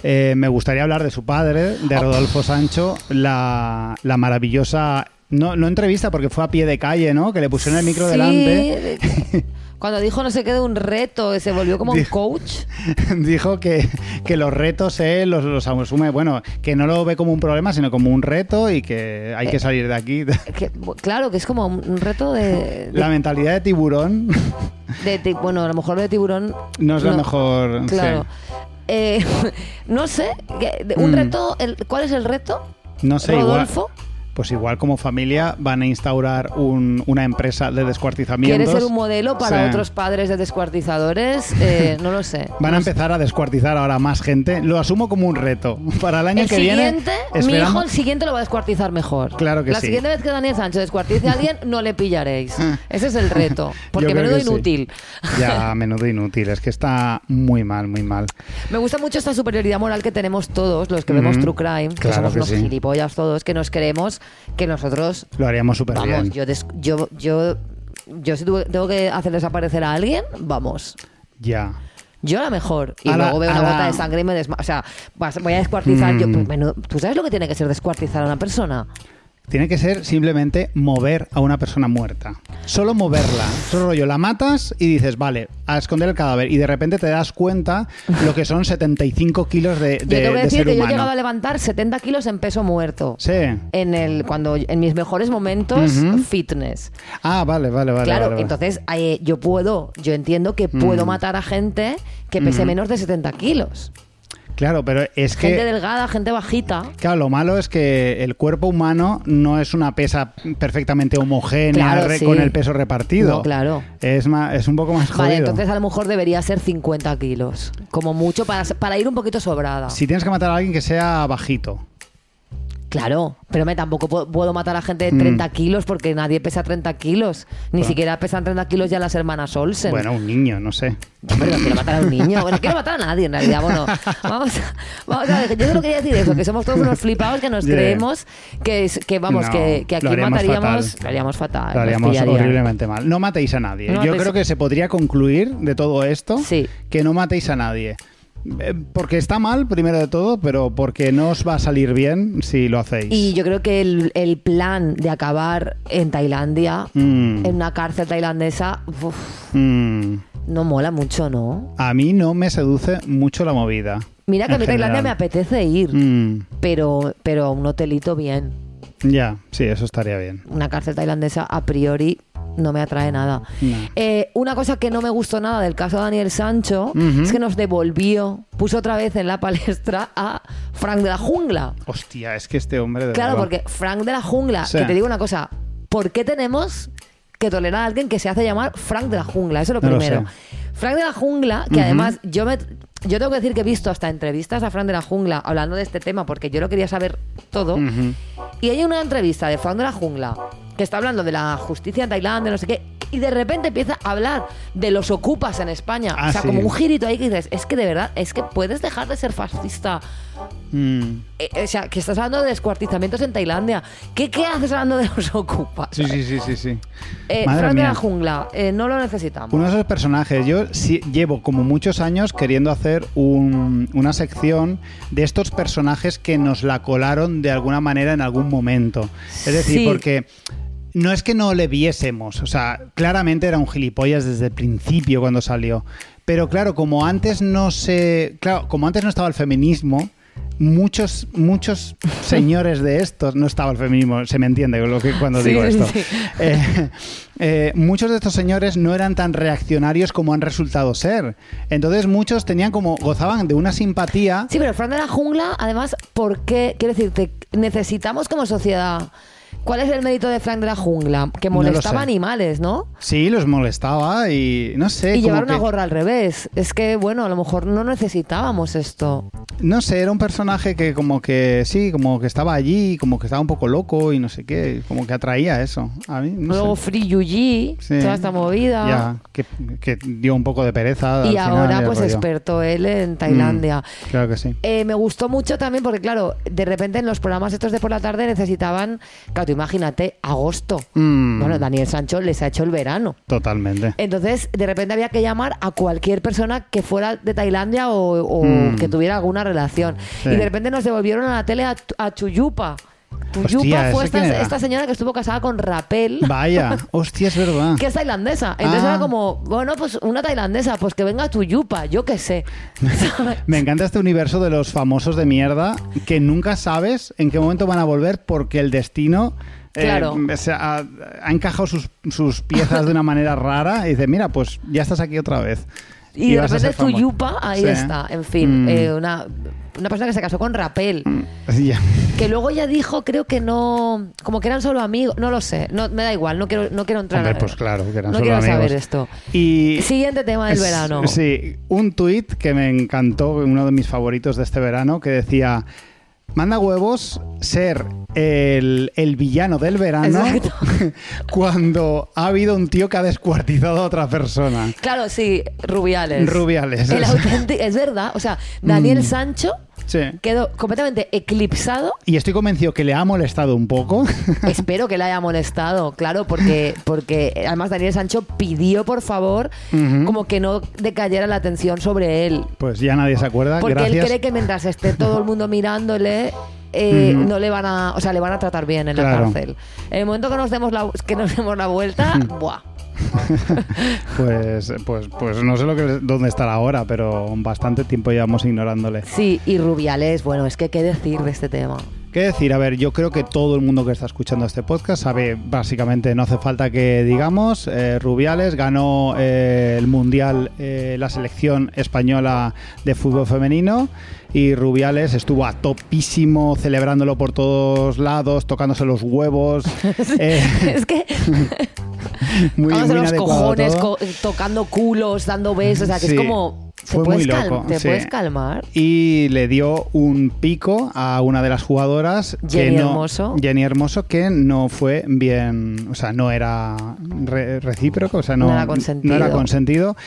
[SPEAKER 1] Eh, me gustaría hablar de su padre, de Rodolfo Sancho, la, la maravillosa. No, no entrevista porque fue a pie de calle, ¿no? Que le pusieron el micro
[SPEAKER 2] Sí,
[SPEAKER 1] delante.
[SPEAKER 2] de- Cuando dijo no sé qué de un reto, se volvió como un
[SPEAKER 1] Dijo-
[SPEAKER 2] coach.
[SPEAKER 1] <laughs> Dijo que, que los retos él los, los asume, bueno, que no lo ve como un problema, sino como un reto y que hay
[SPEAKER 2] Eh.
[SPEAKER 1] que salir de aquí. <laughs>
[SPEAKER 2] Que, claro, que es como un reto de...
[SPEAKER 1] La mentalidad de tiburón <laughs>
[SPEAKER 2] de- de- bueno, a lo mejor de tiburón...
[SPEAKER 1] no es la mejor.
[SPEAKER 2] Claro. Eh, <laughs> no sé, que- de- un
[SPEAKER 1] Mm.
[SPEAKER 2] reto... el- ¿Cuál es el reto?
[SPEAKER 1] sí. No sé, igual.
[SPEAKER 2] Rodolfo,
[SPEAKER 1] Pues igual como familia van a instaurar un- una empresa de
[SPEAKER 2] ¿quiere
[SPEAKER 1] descuartizamientos.
[SPEAKER 2] ser un modelo para
[SPEAKER 1] Sí.
[SPEAKER 2] otros padres de descuartizadores?
[SPEAKER 1] <laughs>
[SPEAKER 2] Eh, no lo sé.
[SPEAKER 1] Van a empezar a descuartizar ahora más gente. Lo asumo como un reto. <laughs> Para el año
[SPEAKER 2] El
[SPEAKER 1] que
[SPEAKER 2] siguiente,
[SPEAKER 1] viene.
[SPEAKER 2] mi hijo
[SPEAKER 1] esperamos-
[SPEAKER 2] el siguiente lo va a descuartizar mejor.
[SPEAKER 1] Claro que
[SPEAKER 2] La
[SPEAKER 1] sí. Ah.
[SPEAKER 2] siguiente vez que Daniel Sancho descuartice a alguien, no le pillaréis. Ese
[SPEAKER 1] <laughs>
[SPEAKER 2] es el reto. Porque
[SPEAKER 1] Yo creo
[SPEAKER 2] menudo
[SPEAKER 1] que sí.
[SPEAKER 2] inútil. <laughs>
[SPEAKER 1] Ya, menudo inútil. Es que está muy mal, muy mal.
[SPEAKER 2] Me gusta mucho esta superioridad moral que tenemos todos los que vemos
[SPEAKER 1] Ujú.
[SPEAKER 2] True Crime, que
[SPEAKER 1] Mm. Claro
[SPEAKER 2] somos
[SPEAKER 1] que
[SPEAKER 2] unos
[SPEAKER 1] sí.
[SPEAKER 2] gilipollas todos, que nos creemos que nosotros.
[SPEAKER 1] Lo haríamos súper
[SPEAKER 2] vamos,
[SPEAKER 1] bien.
[SPEAKER 2] yo, des- yo, yo, yo si tuve- tengo que hacer desaparecer a alguien, vamos.
[SPEAKER 1] Ya.
[SPEAKER 2] Yo la mejor. Y
[SPEAKER 1] A la-
[SPEAKER 2] luego veo una
[SPEAKER 1] a la-
[SPEAKER 2] gota de sangre y me desma. O sea, vas- voy a descuartizar. Yo,
[SPEAKER 1] Mm.
[SPEAKER 2] pues, menudo- ¿Tú sabes lo que tiene que ser descuartizar a una persona?
[SPEAKER 1] Tiene que ser simplemente mover a una persona muerta. Solo moverla. Solo rollo, la matas y dices, vale, a esconder el cadáver. Y de repente te das cuenta lo que son 75 kilos de, de,
[SPEAKER 2] yo tengo que
[SPEAKER 1] de
[SPEAKER 2] decir
[SPEAKER 1] ser
[SPEAKER 2] que yo he llegado a
[SPEAKER 1] humano.
[SPEAKER 2] levantar 70 kilos en peso muerto.
[SPEAKER 1] Sí.
[SPEAKER 2] En, el, cuando, en mis mejores momentos,
[SPEAKER 1] Ujú.
[SPEAKER 2] fitness.
[SPEAKER 1] Ah, vale, vale, vale.
[SPEAKER 2] claro,
[SPEAKER 1] vale, Mm. vale.
[SPEAKER 2] entonces eh, yo puedo, yo entiendo que puedo matar a gente que pese menos de 70 kilos.
[SPEAKER 1] Claro, pero es que.
[SPEAKER 2] Gente delgada, gente bajita.
[SPEAKER 1] Claro, lo malo es que el cuerpo humano no es una pesa perfectamente homogénea
[SPEAKER 2] Claro,
[SPEAKER 1] re-
[SPEAKER 2] sí.
[SPEAKER 1] con el peso repartido.
[SPEAKER 2] No, claro.
[SPEAKER 1] Es, ma- es un poco más jodido.
[SPEAKER 2] Vale, entonces a lo mejor debería ser 50 kilos. Como mucho para, para ir un poquito sobrada.
[SPEAKER 1] Si tienes que matar a alguien que sea bajito.
[SPEAKER 2] Claro, pero me tampoco po- puedo matar a
[SPEAKER 1] Mm.
[SPEAKER 2] gente de 30 kilos porque nadie pesa 30 kilos. Ni siquiera pesan 30 kilos ya las hermanas Olsen.
[SPEAKER 1] Bueno, un niño, no sé.
[SPEAKER 2] Hombre, no quiero matar a un niño. Bueno, no quiero matar a nadie en realidad. Bueno, vamos a, vamos a ver. Yo solo quería decir eso, que somos todos unos flipados que nos
[SPEAKER 1] Yeah.
[SPEAKER 2] creemos que, es- que vamos,
[SPEAKER 1] No,
[SPEAKER 2] que, que aquí
[SPEAKER 1] lo haríamos
[SPEAKER 2] mataríamos.
[SPEAKER 1] fatal.
[SPEAKER 2] Lo haríamos fatal.
[SPEAKER 1] Lo
[SPEAKER 2] nos
[SPEAKER 1] haríamos
[SPEAKER 2] pillarían.
[SPEAKER 1] horriblemente mal. No matéis a nadie.
[SPEAKER 2] No
[SPEAKER 1] Yo
[SPEAKER 2] matéis-
[SPEAKER 1] creo que se podría concluir de todo esto
[SPEAKER 2] Sí.
[SPEAKER 1] que no matéis a nadie. Eh, Porque está mal, primero de todo, pero porque no os va a salir bien si lo hacéis.
[SPEAKER 2] Y yo creo que el, el plan de acabar en Tailandia,
[SPEAKER 1] Mm.
[SPEAKER 2] en una cárcel tailandesa, uf,
[SPEAKER 1] Mm.
[SPEAKER 2] no mola mucho, ¿no?
[SPEAKER 1] A mí no me seduce mucho la movida.
[SPEAKER 2] Mira que a
[SPEAKER 1] en
[SPEAKER 2] mí Tailandia me
[SPEAKER 1] general.
[SPEAKER 2] apetece ir,
[SPEAKER 1] Mm.
[SPEAKER 2] pero, pero un hotelito bien.
[SPEAKER 1] Ya, sí, eso estaría bien.
[SPEAKER 2] una cárcel tailandesa a priori no me atrae nada.
[SPEAKER 1] No.
[SPEAKER 2] Eh, una cosa que no me gustó nada del caso de Daniel Sancho
[SPEAKER 1] Ujú.
[SPEAKER 2] es que nos devolvió, puso otra vez en la palestra a Frank de la Jungla.
[SPEAKER 1] Hostia, es que este hombre de
[SPEAKER 2] Claro,
[SPEAKER 1] verdad.
[SPEAKER 2] porque Frank de la Jungla,
[SPEAKER 1] Sí.
[SPEAKER 2] que te digo una cosa, ¿por qué tenemos que tolerar a alguien que se hace llamar Frank de la Jungla? Eso es lo
[SPEAKER 1] No lo
[SPEAKER 2] primero.
[SPEAKER 1] sé.
[SPEAKER 2] Frank de la Jungla, que además yo me... Yo tengo que decir que he visto hasta entrevistas a Frank de la Jungla hablando de este tema porque yo lo quería saber todo.
[SPEAKER 1] Ujú.
[SPEAKER 2] Y hay una entrevista de Frank de la Jungla que está hablando de la justicia en Tailandia, no sé qué, y de repente empieza a hablar de los ocupas en España.
[SPEAKER 1] Ah,
[SPEAKER 2] o sea,
[SPEAKER 1] sí.
[SPEAKER 2] como un girito ahí que dices, es que de verdad, es que puedes dejar de ser fascista.
[SPEAKER 1] Mm.
[SPEAKER 2] Eh, eh, o sea, que estás hablando de descuartizamientos en Tailandia. ¿Qué, qué haces hablando de los ocupas?
[SPEAKER 1] Sí, sí, sí, sí, sí.
[SPEAKER 2] Eh,
[SPEAKER 1] Madre
[SPEAKER 2] Frank de
[SPEAKER 1] mía.
[SPEAKER 2] la Jungla, eh, no lo necesitamos.
[SPEAKER 1] Uno de esos personajes, yo sí- llevo como muchos años queriendo hacer un- una sección de estos personajes que nos la colaron de alguna manera en algún momento. Es decir,
[SPEAKER 2] Sí.
[SPEAKER 1] porque no es que no le viésemos, o sea, claramente era un gilipollas desde el principio cuando salió. Pero claro, como antes no se. Claro, como antes no estaba el feminismo. Muchos,
[SPEAKER 2] <laughs>
[SPEAKER 1] muchos señores de estos no estaba el feminismo, se me entiende lo que cuando
[SPEAKER 2] Sí,
[SPEAKER 1] digo
[SPEAKER 2] sí,
[SPEAKER 1] esto.
[SPEAKER 2] sí.
[SPEAKER 1] Eh, eh, muchos de estos señores no eran tan reaccionarios como han resultado ser. Entonces muchos tenían como gozaban de una simpatía.
[SPEAKER 2] Sí, pero Fran de la Jungla, además, ¿por qué? Quiero decirte, necesitamos como sociedad. ¿Cuál es el mérito de Frank de la Jungla? Que
[SPEAKER 1] No lo
[SPEAKER 2] molestaba
[SPEAKER 1] sé.
[SPEAKER 2] animales, ¿no?
[SPEAKER 1] Sí, los molestaba y no sé.
[SPEAKER 2] y
[SPEAKER 1] como
[SPEAKER 2] llevar una
[SPEAKER 1] que-
[SPEAKER 2] gorra al revés. Es que, bueno, a lo mejor no necesitábamos esto.
[SPEAKER 1] No sé, era un personaje que como que sí, como que estaba allí, como que estaba un poco loco y no sé qué, como que atraía eso. A mí no
[SPEAKER 2] Luego
[SPEAKER 1] sé.
[SPEAKER 2] Free Yuji,
[SPEAKER 1] Sí.
[SPEAKER 2] toda esta movida.
[SPEAKER 1] Ya, que, que dio un poco de pereza. al
[SPEAKER 2] Y
[SPEAKER 1] final
[SPEAKER 2] ahora,
[SPEAKER 1] el
[SPEAKER 2] pues,
[SPEAKER 1] rollo.
[SPEAKER 2] experto él en Tailandia.
[SPEAKER 1] Mm, claro que sí.
[SPEAKER 2] Eh, me gustó mucho también porque, claro, de repente en los programas estos de por la tarde necesitaban, claro, tú imagínate, agosto.
[SPEAKER 1] Mm.
[SPEAKER 2] Bueno, Daniel Sancho les ha hecho el verano. <laughs>
[SPEAKER 1] Totalmente.
[SPEAKER 2] Entonces, de repente había que llamar a cualquier persona que fuera de Tailandia o, o
[SPEAKER 1] Mm.
[SPEAKER 2] que tuviera alguna relación.
[SPEAKER 1] Sí.
[SPEAKER 2] Y de repente nos devolvieron a la tele a, a Chuyupa, Tuyupa
[SPEAKER 1] Hostia,
[SPEAKER 2] fue
[SPEAKER 1] ¿ese quién
[SPEAKER 2] esta,
[SPEAKER 1] era?
[SPEAKER 2] esta señora que estuvo casada con Rapel.
[SPEAKER 1] Vaya, hostia, es verdad.
[SPEAKER 2] que es tailandesa. Entonces
[SPEAKER 1] Ah.
[SPEAKER 2] era como, bueno, pues una tailandesa, pues que venga tu yupa, yo
[SPEAKER 1] <laughs>
[SPEAKER 2] qué sé. ¿Sabes?
[SPEAKER 1] Me encanta este universo de los famosos de mierda que nunca sabes en qué momento van a volver porque el destino eh,
[SPEAKER 2] Claro.
[SPEAKER 1] se ha, ha encajado sus, sus piezas de una manera rara y dice, mira, pues ya estás aquí otra vez.
[SPEAKER 2] y de
[SPEAKER 1] vas a
[SPEAKER 2] repente
[SPEAKER 1] ser
[SPEAKER 2] tu
[SPEAKER 1] famoso.
[SPEAKER 2] yupa, ahí
[SPEAKER 1] Sí.
[SPEAKER 2] está. En fin,
[SPEAKER 1] Mm.
[SPEAKER 2] eh, una, una persona que se casó con Rapel.
[SPEAKER 1] Sí, <laughs> ya.
[SPEAKER 2] Que luego ya dijo, creo que no. Como que eran solo amigos. No lo sé. No, me da igual. No quiero, no quiero entrar.
[SPEAKER 1] Hombre, pues claro, que eran
[SPEAKER 2] no
[SPEAKER 1] solo
[SPEAKER 2] quiero
[SPEAKER 1] amigos.
[SPEAKER 2] saber esto.
[SPEAKER 1] Y
[SPEAKER 2] Siguiente tema del
[SPEAKER 1] Es-
[SPEAKER 2] verano.
[SPEAKER 1] Sí, un tuit que me encantó, uno de mis favoritos de este verano, que decía, manda huevos ser el, el villano del verano
[SPEAKER 2] Exacto.
[SPEAKER 1] <laughs> cuando ha habido un tío que ha descuartizado a otra persona.
[SPEAKER 2] Claro, sí, Rubiales.
[SPEAKER 1] Rubiales, Mm.
[SPEAKER 2] El
[SPEAKER 1] eso.
[SPEAKER 2] auténti- es verdad. O sea, Daniel Sancho
[SPEAKER 1] Sí.
[SPEAKER 2] quedó completamente eclipsado
[SPEAKER 1] Y estoy convencido que le ha molestado un poco. <laughs>
[SPEAKER 2] Espero que la haya molestado, claro, porque, porque además Daniel Sancho pidió, por favor,
[SPEAKER 1] Ujú.
[SPEAKER 2] como que no decayera la atención sobre él.
[SPEAKER 1] Pues ya nadie se acuerda.
[SPEAKER 2] Porque
[SPEAKER 1] Gracias.
[SPEAKER 2] él cree que mientras esté todo el mundo mirándole, eh,
[SPEAKER 1] Ujú.
[SPEAKER 2] no le van a, o sea, le van a tratar bien en
[SPEAKER 1] Claro.
[SPEAKER 2] la cárcel. En el momento que nos demos la, que nos demos la vuelta,
[SPEAKER 1] <laughs>
[SPEAKER 2] <laughs> ¡buah!
[SPEAKER 1] Pues, pues, pues no sé lo que, dónde estará ahora, pero bastante tiempo llevamos ignorándole.
[SPEAKER 2] Sí, y Rubiales, bueno, es que qué decir de
[SPEAKER 1] <laughs>
[SPEAKER 2] este tema.
[SPEAKER 1] ¿Qué decir? A ver, yo creo que todo el mundo que está escuchando este podcast sabe, básicamente, no hace falta que digamos, eh, Rubiales ganó eh, el Mundial, eh, la selección española de fútbol femenino y Rubiales estuvo a topísimo celebrándolo por todos lados, tocándose los
[SPEAKER 2] <laughs>
[SPEAKER 1] huevos, eh,
[SPEAKER 2] es que
[SPEAKER 1] muy,
[SPEAKER 2] vamos a
[SPEAKER 1] muy
[SPEAKER 2] los
[SPEAKER 1] inadecuado
[SPEAKER 2] cojones,
[SPEAKER 1] todo.
[SPEAKER 2] co- tocando culos, dando besos, o sea, que
[SPEAKER 1] Sí.
[SPEAKER 2] es como. ¿Te,
[SPEAKER 1] Fue
[SPEAKER 2] puedes,
[SPEAKER 1] muy
[SPEAKER 2] cal-
[SPEAKER 1] loco,
[SPEAKER 2] ¿te
[SPEAKER 1] sí.
[SPEAKER 2] puedes calmar?
[SPEAKER 1] y le dio un pico a una de las jugadoras
[SPEAKER 2] Jenny
[SPEAKER 1] que no,
[SPEAKER 2] Hermoso.
[SPEAKER 1] Jenny Hermoso que no fue bien o sea no era re- recíproco o sea no,
[SPEAKER 2] No era consentido.
[SPEAKER 1] no era consentido.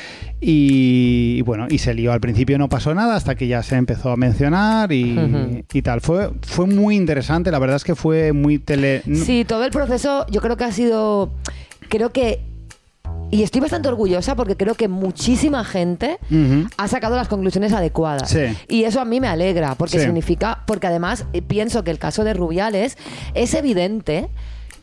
[SPEAKER 1] y, y bueno y se lió al principio no pasó nada hasta que ya se empezó a mencionar y,
[SPEAKER 2] Ujú.
[SPEAKER 1] y tal fue fue muy interesante la verdad es que fue muy tele
[SPEAKER 2] Sí, todo el proceso yo creo que ha sido, creo que, y estoy bastante orgullosa porque creo que muchísima gente
[SPEAKER 1] Ujú.
[SPEAKER 2] ha sacado las conclusiones adecuadas.
[SPEAKER 1] Sí.
[SPEAKER 2] Y eso a mí me alegra, porque
[SPEAKER 1] Sí.
[SPEAKER 2] significa, porque además eh, pienso que el caso de Rubiales es evidente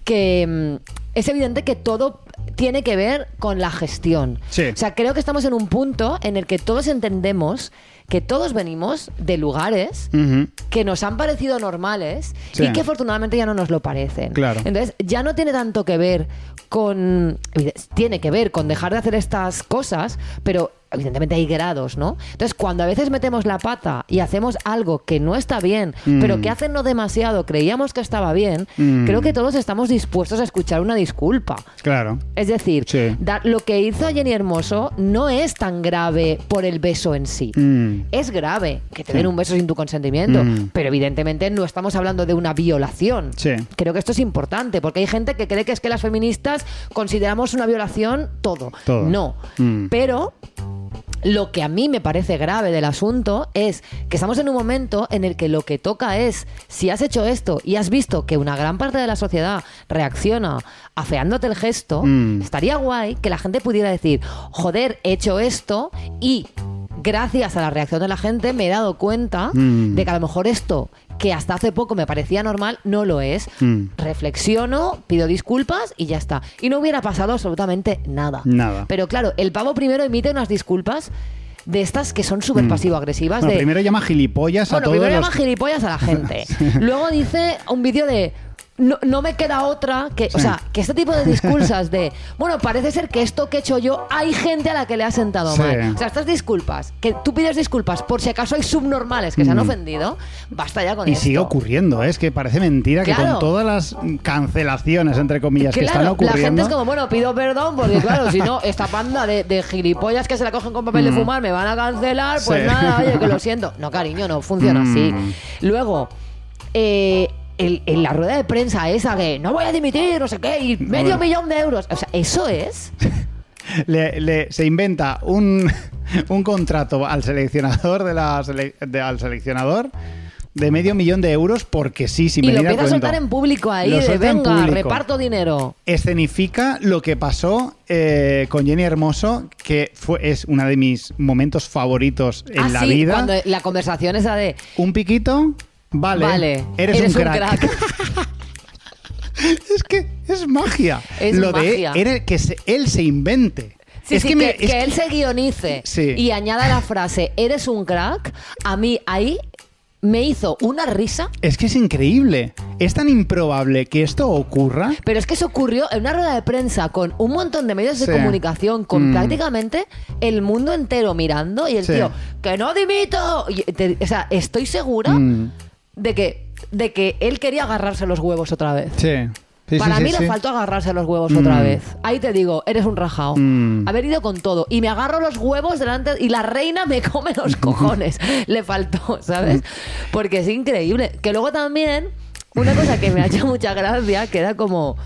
[SPEAKER 2] que mm, es evidente que todo tiene que ver con la gestión.
[SPEAKER 1] Sí.
[SPEAKER 2] O sea, creo que estamos en un punto en el que todos entendemos que todos venimos de lugares
[SPEAKER 1] Ujú.
[SPEAKER 2] que nos han parecido normales
[SPEAKER 1] Sí.
[SPEAKER 2] y que afortunadamente ya no nos lo parecen.
[SPEAKER 1] Claro.
[SPEAKER 2] Entonces, ya no tiene tanto que ver con. evide- Tiene que ver con dejar de hacer estas cosas, pero evidentemente hay grados, ¿no? Entonces, cuando a veces metemos la pata y hacemos algo que no está bien,
[SPEAKER 1] Mm.
[SPEAKER 2] pero que hace no demasiado creíamos que estaba bien,
[SPEAKER 1] Mm.
[SPEAKER 2] creo que todos estamos dispuestos a escuchar una disculpa.
[SPEAKER 1] claro
[SPEAKER 2] Es decir,
[SPEAKER 1] Sí.
[SPEAKER 2] dar- lo que hizo Jenny Hermoso no es tan grave por el beso en sí.
[SPEAKER 1] Mm.
[SPEAKER 2] Es grave que te den un beso sin tu consentimiento,
[SPEAKER 1] Mm.
[SPEAKER 2] pero evidentemente no estamos hablando de una violación.
[SPEAKER 1] Sí.
[SPEAKER 2] Creo que esto es importante, porque hay gente que cree que es que las feministas consideramos una violación todo.
[SPEAKER 1] Todo.
[SPEAKER 2] No.
[SPEAKER 1] Mm.
[SPEAKER 2] Pero lo que a mí me parece grave del asunto es que estamos en un momento en el que lo que toca es, si has hecho esto y has visto que una gran parte de la sociedad reacciona afeándote el gesto,
[SPEAKER 1] Mm.
[SPEAKER 2] estaría guay que la gente pudiera decir, joder, he hecho esto y gracias a la reacción de la gente me he dado cuenta
[SPEAKER 1] Mm.
[SPEAKER 2] de que a lo mejor esto que hasta hace poco me parecía normal no lo es.
[SPEAKER 1] Mm.
[SPEAKER 2] Reflexiono, pido disculpas y ya está. Y no hubiera pasado absolutamente nada.
[SPEAKER 1] Nada.
[SPEAKER 2] Pero claro, el pavo primero emite unas disculpas de estas que son súper pasivo-agresivas.
[SPEAKER 1] Bueno,
[SPEAKER 2] de,
[SPEAKER 1] primero llama gilipollas a
[SPEAKER 2] bueno,
[SPEAKER 1] todos
[SPEAKER 2] primero llama
[SPEAKER 1] los-
[SPEAKER 2] gilipollas a
[SPEAKER 1] <laughs>
[SPEAKER 2] la gente. Luego dice un vídeo de. No, no me queda otra que. O
[SPEAKER 1] Sí.
[SPEAKER 2] sea, que este tipo de discursas de. Bueno, parece ser que esto que he hecho yo, hay gente a la que le ha sentado
[SPEAKER 1] Sí.
[SPEAKER 2] mal. O sea, estas disculpas, que tú pides disculpas por si acaso hay subnormales que se han
[SPEAKER 1] Mm.
[SPEAKER 2] ofendido, basta ya con
[SPEAKER 1] Y
[SPEAKER 2] esto.
[SPEAKER 1] sigue ocurriendo, ¿eh? es que parece mentira que
[SPEAKER 2] Claro.
[SPEAKER 1] con todas las cancelaciones, entre comillas, que están
[SPEAKER 2] Claro, la
[SPEAKER 1] ocurriendo.
[SPEAKER 2] gente es como, bueno, pido perdón porque, claro, si no, esta panda de, de gilipollas que se la cogen con papel de fumar me van a cancelar, pues
[SPEAKER 1] Mm. Sí.
[SPEAKER 2] nada, oye, que lo siento. No, cariño, no funciona así.
[SPEAKER 1] Mm.
[SPEAKER 2] Luego, eh, el- en la rueda de prensa esa que no voy a dimitir, no sé qué, y
[SPEAKER 1] Bueno.
[SPEAKER 2] medio millón de euros. O sea, eso es.
[SPEAKER 1] Le- le- se inventa un, <laughs> un contrato al seleccionador de la sele- de- al seleccionador de medio millón de euros porque sí, sin
[SPEAKER 2] y lo
[SPEAKER 1] venir a
[SPEAKER 2] empieza a
[SPEAKER 1] cuento.
[SPEAKER 2] soltar en público ahí,
[SPEAKER 1] Lo
[SPEAKER 2] de
[SPEAKER 1] suelta en
[SPEAKER 2] venga,
[SPEAKER 1] público.
[SPEAKER 2] reparto dinero.
[SPEAKER 1] Escenifica lo que pasó eh, con Jenny Hermoso, que fue, es uno de mis momentos favoritos en la
[SPEAKER 2] Así,
[SPEAKER 1] vida.
[SPEAKER 2] cuando la conversación esa de
[SPEAKER 1] Un piquito, vale,
[SPEAKER 2] Vale,
[SPEAKER 1] eres, un crack. Es que es magia.
[SPEAKER 2] Es
[SPEAKER 1] Lo
[SPEAKER 2] magia.
[SPEAKER 1] de él, que se- él se invente.
[SPEAKER 2] Sí,
[SPEAKER 1] es
[SPEAKER 2] sí,
[SPEAKER 1] que,
[SPEAKER 2] que,
[SPEAKER 1] mira, es
[SPEAKER 2] que
[SPEAKER 1] que-
[SPEAKER 2] él se guionice
[SPEAKER 1] Sí.
[SPEAKER 2] y añada la frase, eres un crack, a mí ahí me hizo una risa.
[SPEAKER 1] es que es increíble. Es tan improbable que esto ocurra.
[SPEAKER 2] Pero es que eso ocurrió en una rueda de prensa con un montón de medios
[SPEAKER 1] Sí.
[SPEAKER 2] de comunicación, con
[SPEAKER 1] Mm.
[SPEAKER 2] prácticamente el mundo entero mirando y el
[SPEAKER 1] Sí.
[SPEAKER 2] tío, que no dimito. Y te- o sea, estoy segura
[SPEAKER 1] Mm.
[SPEAKER 2] de, que, de que él quería agarrarse los huevos otra vez.
[SPEAKER 1] Sí. Sí,
[SPEAKER 2] Para
[SPEAKER 1] sí,
[SPEAKER 2] mí
[SPEAKER 1] sí,
[SPEAKER 2] le
[SPEAKER 1] sí.
[SPEAKER 2] faltó agarrarse los huevos otra
[SPEAKER 1] Mm.
[SPEAKER 2] vez. Ahí te digo, eres un rajao.
[SPEAKER 1] Mm.
[SPEAKER 2] Haber ido con todo. Y me agarro los huevos delante y la reina me come
[SPEAKER 1] <laughs>
[SPEAKER 2] los cojones. le faltó, ¿sabes? Porque es increíble. Que luego también, una cosa que me ha hecho mucha gracia, que era como...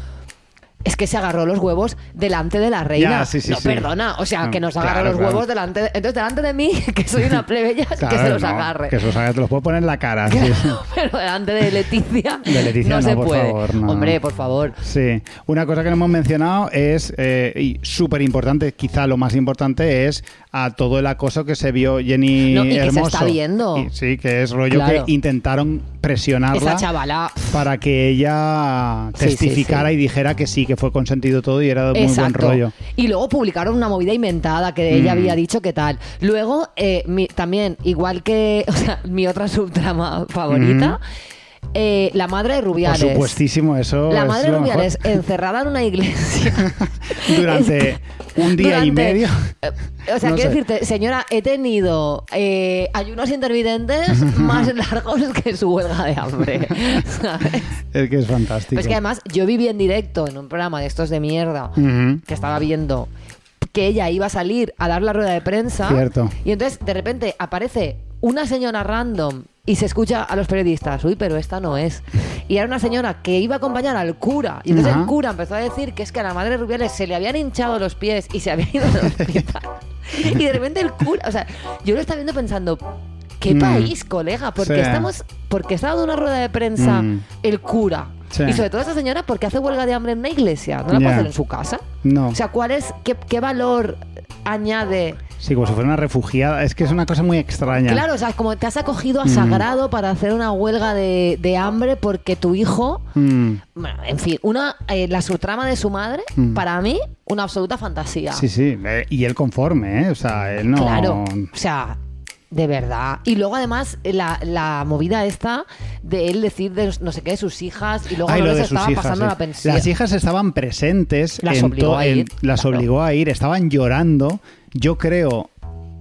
[SPEAKER 2] Es que se agarró los huevos delante de la reina.
[SPEAKER 1] Ya, sí, sí,
[SPEAKER 2] no,
[SPEAKER 1] sí.
[SPEAKER 2] perdona. O sea,
[SPEAKER 1] No,
[SPEAKER 2] que nos agarra
[SPEAKER 1] claro,
[SPEAKER 2] los
[SPEAKER 1] claro.
[SPEAKER 2] huevos delante... de- Entonces, delante de mí, <laughs> que soy una plebeya, que se
[SPEAKER 1] Claro,
[SPEAKER 2] los
[SPEAKER 1] no,
[SPEAKER 2] agarre.
[SPEAKER 1] Que se los agarre, te los puedo poner en la cara. sí.
[SPEAKER 2] <laughs> Pero delante de Leticia,
[SPEAKER 1] De Leticia no,
[SPEAKER 2] se
[SPEAKER 1] por
[SPEAKER 2] puede.
[SPEAKER 1] favor, no.
[SPEAKER 2] Hombre, por favor.
[SPEAKER 1] Sí, una cosa que no hemos mencionado es, eh, y súper importante, quizá lo más importante es a todo el acoso que se vio Jenny
[SPEAKER 2] No, y que se
[SPEAKER 1] Hermoso.
[SPEAKER 2] está viendo.
[SPEAKER 1] Y- sí, que es rollo
[SPEAKER 2] Claro.
[SPEAKER 1] que intentaron
[SPEAKER 2] Esa
[SPEAKER 1] presionarla
[SPEAKER 2] chavala.
[SPEAKER 1] para que ella
[SPEAKER 2] Sí, sí,
[SPEAKER 1] testificara y dijera que sí, que fue consentido todo y era de muy buen
[SPEAKER 2] Exacto.
[SPEAKER 1] rollo.
[SPEAKER 2] Y luego publicaron una movida inventada que ella
[SPEAKER 1] Mm.
[SPEAKER 2] había dicho que tal. Luego, eh, mi- también, igual que <laughs> o sea, mi otra subtrama favorita, eh, la madre de
[SPEAKER 1] Mm. Por
[SPEAKER 2] Rubiales.
[SPEAKER 1] supuestísimo, eso
[SPEAKER 2] La
[SPEAKER 1] es
[SPEAKER 2] madre de
[SPEAKER 1] lo mejor.
[SPEAKER 2] Rubiales encerrada en una iglesia.
[SPEAKER 1] <laughs> Durante
[SPEAKER 2] <laughs>
[SPEAKER 1] un día y
[SPEAKER 2] Durante-
[SPEAKER 1] medio. <laughs>
[SPEAKER 2] eh, O sea,
[SPEAKER 1] No
[SPEAKER 2] quiero
[SPEAKER 1] sé.
[SPEAKER 2] decirte, señora, he tenido eh,
[SPEAKER 1] <laughs>
[SPEAKER 2] ayunos intermitentes más largos que su huelga de hambre. <laughs> ¿sabes?
[SPEAKER 1] Es que es fantástico.
[SPEAKER 2] Pero es Pues que además yo viví en directo en un programa de estos de mierda
[SPEAKER 1] Ujú.
[SPEAKER 2] que estaba viendo que ella iba a salir a dar la rueda de prensa.
[SPEAKER 1] Cierto.
[SPEAKER 2] Y entonces de repente aparece una señora random y se escucha a los periodistas, uy, pero esta no es. Y era una señora que iba a acompañar al cura. Y entonces el
[SPEAKER 1] Ajá.
[SPEAKER 2] cura empezó a decir que es que a la madre de Rubiales se le habían hinchado los pies y se había ido al
[SPEAKER 1] <laughs>
[SPEAKER 2] hospital. y de repente el cura, o sea, yo lo estaba viendo pensando, ¿qué
[SPEAKER 1] Mm.
[SPEAKER 2] país, colega? Porque
[SPEAKER 1] Sí.
[SPEAKER 2] estamos, porque está dando una rueda de prensa
[SPEAKER 1] Mm.
[SPEAKER 2] el cura.
[SPEAKER 1] Sí.
[SPEAKER 2] Y sobre todo esa señora porque hace huelga de hambre en una iglesia, no la
[SPEAKER 1] Ya.
[SPEAKER 2] puede hacer en su casa.
[SPEAKER 1] No.
[SPEAKER 2] O sea, ¿cuál es, qué, qué valor añade?
[SPEAKER 1] sí, como si fuera una refugiada. Es que es una cosa muy extraña.
[SPEAKER 2] Claro, o sea, como te has acogido a sagrado para hacer una huelga de, de hambre porque tu hijo...
[SPEAKER 1] Mm.
[SPEAKER 2] Bueno, en fin, una, eh, la subtrama de su madre,
[SPEAKER 1] Mm.
[SPEAKER 2] para mí, una absoluta fantasía.
[SPEAKER 1] Sí, sí, eh, y él conforme, ¿eh? O sea, él no...
[SPEAKER 2] Claro, o sea, de verdad. Y luego además eh, la, la movida esta de él decir de no sé qué de sus hijas y luego
[SPEAKER 1] Ay,
[SPEAKER 2] no
[SPEAKER 1] lo
[SPEAKER 2] les
[SPEAKER 1] de sus
[SPEAKER 2] estaba
[SPEAKER 1] hijas,
[SPEAKER 2] pasando
[SPEAKER 1] sí.
[SPEAKER 2] la pensión.
[SPEAKER 1] Las hijas estaban presentes.
[SPEAKER 2] Las
[SPEAKER 1] en
[SPEAKER 2] obligó
[SPEAKER 1] to-
[SPEAKER 2] a
[SPEAKER 1] en-
[SPEAKER 2] ir,
[SPEAKER 1] las
[SPEAKER 2] claro.
[SPEAKER 1] obligó a ir, estaban llorando, yo creo...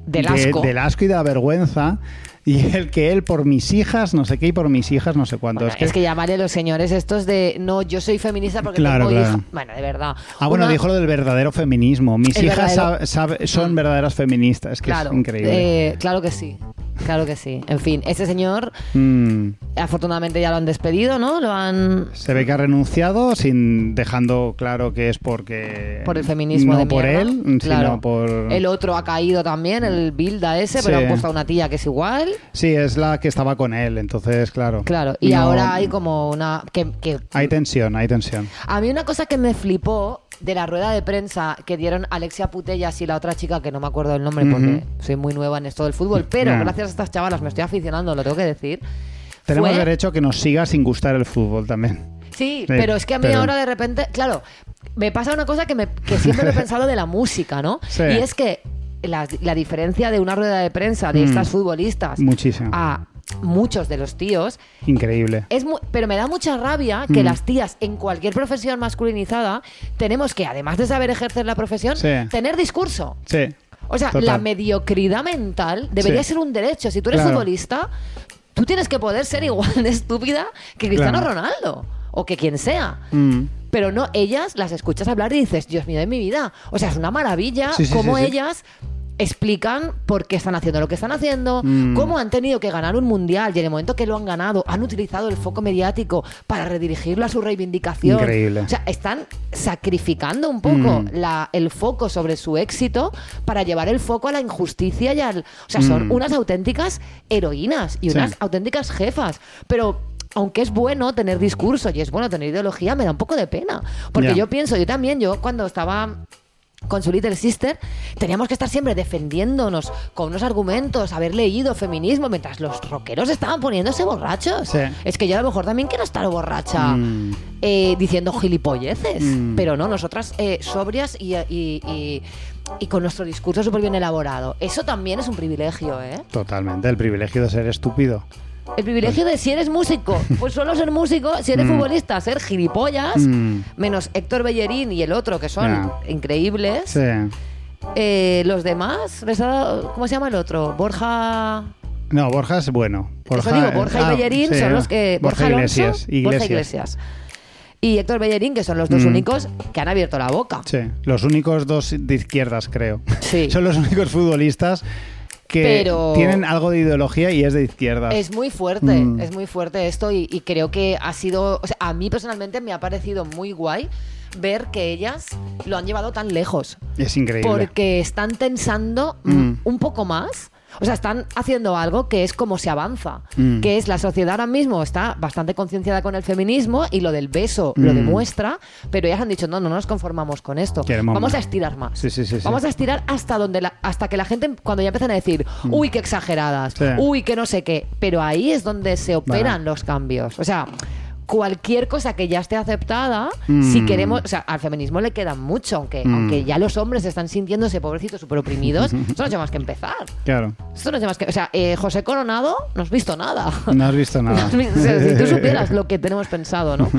[SPEAKER 2] Del
[SPEAKER 1] de-
[SPEAKER 2] asco.
[SPEAKER 1] del asco y de la vergüenza. Y el que él, por mis hijas, no sé qué, y por mis hijas, no sé cuánto.
[SPEAKER 2] Bueno, es, que... llamarle a los señores estos de no, yo soy feminista porque
[SPEAKER 1] Claro,
[SPEAKER 2] tengo
[SPEAKER 1] claro.
[SPEAKER 2] hija. Bueno, de verdad.
[SPEAKER 1] Ah, bueno,
[SPEAKER 2] Una-
[SPEAKER 1] dijo lo del verdadero feminismo. Mis
[SPEAKER 2] El
[SPEAKER 1] hijas
[SPEAKER 2] verdadero- Mm.
[SPEAKER 1] sab- sab- son verdaderas feministas, que
[SPEAKER 2] Claro,
[SPEAKER 1] es increíble.
[SPEAKER 2] eh, claro que sí. Claro que sí. En fin, ese señor,
[SPEAKER 1] Mm.
[SPEAKER 2] afortunadamente ya lo han despedido, ¿no? Lo han.
[SPEAKER 1] Se ve que ha renunciado sin dejando claro que es porque
[SPEAKER 2] Por el feminismo
[SPEAKER 1] no
[SPEAKER 2] de
[SPEAKER 1] por
[SPEAKER 2] mierda.
[SPEAKER 1] él,
[SPEAKER 2] Claro.
[SPEAKER 1] sino por
[SPEAKER 2] El otro ha caído también, el Bilda ese, pero
[SPEAKER 1] Sí.
[SPEAKER 2] han puesto a una tía que es igual.
[SPEAKER 1] sí es la que estaba con él, entonces claro.
[SPEAKER 2] Claro. Y
[SPEAKER 1] No-
[SPEAKER 2] ahora hay como una. Que, que-
[SPEAKER 1] hay tensión, hay tensión.
[SPEAKER 2] A mí una cosa que me flipó de la rueda de prensa que dieron Alexia Putellas y la otra chica, que no me acuerdo el nombre porque soy muy nueva en esto del fútbol, pero
[SPEAKER 1] Ya.
[SPEAKER 2] gracias a estas chavalas me estoy aficionando, lo tengo que decir.
[SPEAKER 1] Tenemos
[SPEAKER 2] Fue-
[SPEAKER 1] derecho a que nos siga sin gustar el fútbol también.
[SPEAKER 2] Sí,
[SPEAKER 1] Sí,
[SPEAKER 2] pero es que a mí
[SPEAKER 1] pero-
[SPEAKER 2] ahora de repente, claro, me pasa una cosa que, me, que siempre lo
[SPEAKER 1] <laughs>
[SPEAKER 2] he pensado de la música, ¿no?
[SPEAKER 1] Sí.
[SPEAKER 2] Y es que la, la diferencia de una rueda de prensa de
[SPEAKER 1] Mm.
[SPEAKER 2] estas futbolistas
[SPEAKER 1] Muchísimo.
[SPEAKER 2] a muchos de los tíos
[SPEAKER 1] Increíble.
[SPEAKER 2] es mu- pero me da mucha rabia
[SPEAKER 1] Mm.
[SPEAKER 2] que las tías en cualquier profesión masculinizada tenemos que, además de saber ejercer la profesión,
[SPEAKER 1] Sí.
[SPEAKER 2] tener discurso.
[SPEAKER 1] Sí.
[SPEAKER 2] O sea,
[SPEAKER 1] Total.
[SPEAKER 2] la mediocridad mental debería
[SPEAKER 1] Sí.
[SPEAKER 2] ser un derecho. Si tú eres
[SPEAKER 1] Claro.
[SPEAKER 2] futbolista, tú tienes que poder ser <laughs> igual de estúpida que Cristiano
[SPEAKER 1] Claro.
[SPEAKER 2] Ronaldo o que quien sea.
[SPEAKER 1] Mm.
[SPEAKER 2] Pero no, ellas las escuchas hablar y dices, Dios mío, de mi vida. O sea, es una maravilla
[SPEAKER 1] Sí, sí,
[SPEAKER 2] cómo
[SPEAKER 1] sí, sí.
[SPEAKER 2] ellas explican por qué están haciendo lo que están haciendo,
[SPEAKER 1] Mm.
[SPEAKER 2] cómo han tenido que ganar un mundial y en el momento que lo han ganado han utilizado el foco mediático para redirigirlo a su reivindicación.
[SPEAKER 1] Increíble.
[SPEAKER 2] O sea, están sacrificando un poco
[SPEAKER 1] Mm.
[SPEAKER 2] la- el foco sobre su éxito para llevar el foco a la injusticia y al... O sea, son
[SPEAKER 1] Mm.
[SPEAKER 2] unas auténticas heroínas y
[SPEAKER 1] Sí.
[SPEAKER 2] unas auténticas jefas. Pero aunque es bueno tener discurso y es bueno tener ideología, me da un poco de pena. Porque
[SPEAKER 1] Ya.
[SPEAKER 2] yo pienso, yo también, yo cuando estaba con su Little Sister, teníamos que estar siempre defendiéndonos con unos argumentos, haber leído feminismo, mientras los rockeros estaban poniéndose borrachos.
[SPEAKER 1] Sí.
[SPEAKER 2] Es que yo a lo mejor también quiero estar borracha
[SPEAKER 1] Mm.
[SPEAKER 2] eh, diciendo gilipolleces.
[SPEAKER 1] Mm.
[SPEAKER 2] Pero no, nosotras eh, sobrias y, y- y- y con nuestro discurso súper bien elaborado. Eso también es un privilegio, ¿eh?
[SPEAKER 1] Totalmente, el privilegio de ser estúpido.
[SPEAKER 2] El privilegio de si eres músico, pues solo ser músico, si eres futbolista, ser gilipollas,
[SPEAKER 1] Mm.
[SPEAKER 2] menos Héctor Bellerín y el otro, que son
[SPEAKER 1] Ya.
[SPEAKER 2] increíbles.
[SPEAKER 1] Sí.
[SPEAKER 2] Eh, los demás, les ha dado- ¿cómo se llama el otro? Borja.
[SPEAKER 1] No, Borja es bueno.
[SPEAKER 2] Eso digo, Borja y
[SPEAKER 1] ah,
[SPEAKER 2] Bellerín
[SPEAKER 1] sí,
[SPEAKER 2] son los que. Borja,
[SPEAKER 1] Borja
[SPEAKER 2] Alonso,
[SPEAKER 1] Iglesias.
[SPEAKER 2] Borja Iglesias. Y Héctor Bellerín, que son los dos
[SPEAKER 1] Mm.
[SPEAKER 2] únicos que han abierto la boca.
[SPEAKER 1] Sí, los únicos dos de izquierdas, creo. <laughs>
[SPEAKER 2] Sí.
[SPEAKER 1] Son los únicos futbolistas que
[SPEAKER 2] Pero-
[SPEAKER 1] tienen algo de ideología y es de izquierdas.
[SPEAKER 2] Es muy fuerte,
[SPEAKER 1] Mm.
[SPEAKER 2] es muy fuerte esto y, y creo que ha sido, o sea, a mí personalmente me ha parecido muy guay ver que ellas lo han llevado tan lejos,
[SPEAKER 1] Es increíble.
[SPEAKER 2] porque están tensando mm,
[SPEAKER 1] Mm.
[SPEAKER 2] un poco más. O sea, están haciendo algo que es como se avanza,
[SPEAKER 1] Mm.
[SPEAKER 2] que es la sociedad ahora mismo está bastante concienciada con el feminismo y lo del beso lo
[SPEAKER 1] Mm.
[SPEAKER 2] demuestra, pero ellas han dicho, no, no nos conformamos con esto,
[SPEAKER 1] Queremos
[SPEAKER 2] vamos
[SPEAKER 1] más".
[SPEAKER 2] a estirar más.
[SPEAKER 1] Sí, sí, sí, sí.
[SPEAKER 2] Vamos a estirar hasta donde la- hasta que la gente cuando ya empiezan a decir, uy, qué exageradas,
[SPEAKER 1] Mm. Sí.
[SPEAKER 2] uy, que no sé qué, pero ahí es donde se operan
[SPEAKER 1] Vale.
[SPEAKER 2] los cambios. O sea, cualquier cosa que ya esté aceptada,
[SPEAKER 1] Mm.
[SPEAKER 2] si queremos, o sea, al feminismo le queda mucho, aunque,
[SPEAKER 1] Mm.
[SPEAKER 2] aunque ya los hombres están sintiéndose pobrecitos, súper
[SPEAKER 1] <laughs>
[SPEAKER 2] oprimidos. Esto no lleva más que empezar. <laughs>
[SPEAKER 1] Claro,
[SPEAKER 2] Esto no lleva más que. O sea, eh, José Coronado no has visto nada. <laughs>
[SPEAKER 1] no has visto nada.
[SPEAKER 2] O sea, si tú supieras lo que tenemos
[SPEAKER 1] <laughs>
[SPEAKER 2] pensado, ¿no?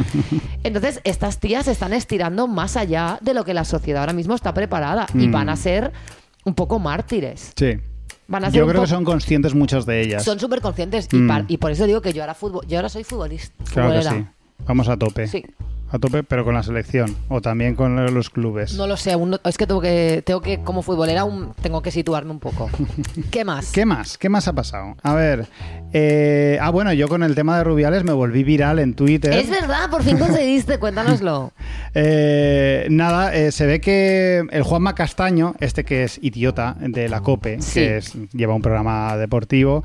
[SPEAKER 2] Entonces, estas tías están estirando más allá de lo que la sociedad ahora mismo está preparada y
[SPEAKER 1] Mm.
[SPEAKER 2] van a ser un poco mártires.
[SPEAKER 1] Sí.
[SPEAKER 2] Van a ser
[SPEAKER 1] Yo
[SPEAKER 2] un
[SPEAKER 1] creo que
[SPEAKER 2] poco-
[SPEAKER 1] son conscientes muchas de ellas.
[SPEAKER 2] Son súper conscientes y,
[SPEAKER 1] Mm.
[SPEAKER 2] par- y por eso digo que yo ahora, futbol, yo ahora soy futbolista.
[SPEAKER 1] Claro que
[SPEAKER 2] futbolera.
[SPEAKER 1] sí. Vamos a tope.
[SPEAKER 2] Sí.
[SPEAKER 1] A tope, pero con la selección. O también con los clubes.
[SPEAKER 2] No lo sé, aún no- es que tengo que, tengo que como futbolera, aún tengo que situarme
[SPEAKER 1] <laughs>
[SPEAKER 2] un poco. ¿Qué más?
[SPEAKER 1] ¿Qué más? ¿Qué más ha pasado? A ver. eh, ah, bueno, yo con el tema de Rubiales me volví viral en Twitter.
[SPEAKER 2] Es verdad, por fin conseguiste, cuéntanoslo.
[SPEAKER 1] <laughs> Eh, nada, eh, se ve que el Juanma Castaño, este que es idiota de la COPE,
[SPEAKER 2] Sí.
[SPEAKER 1] que es- lleva un programa deportivo,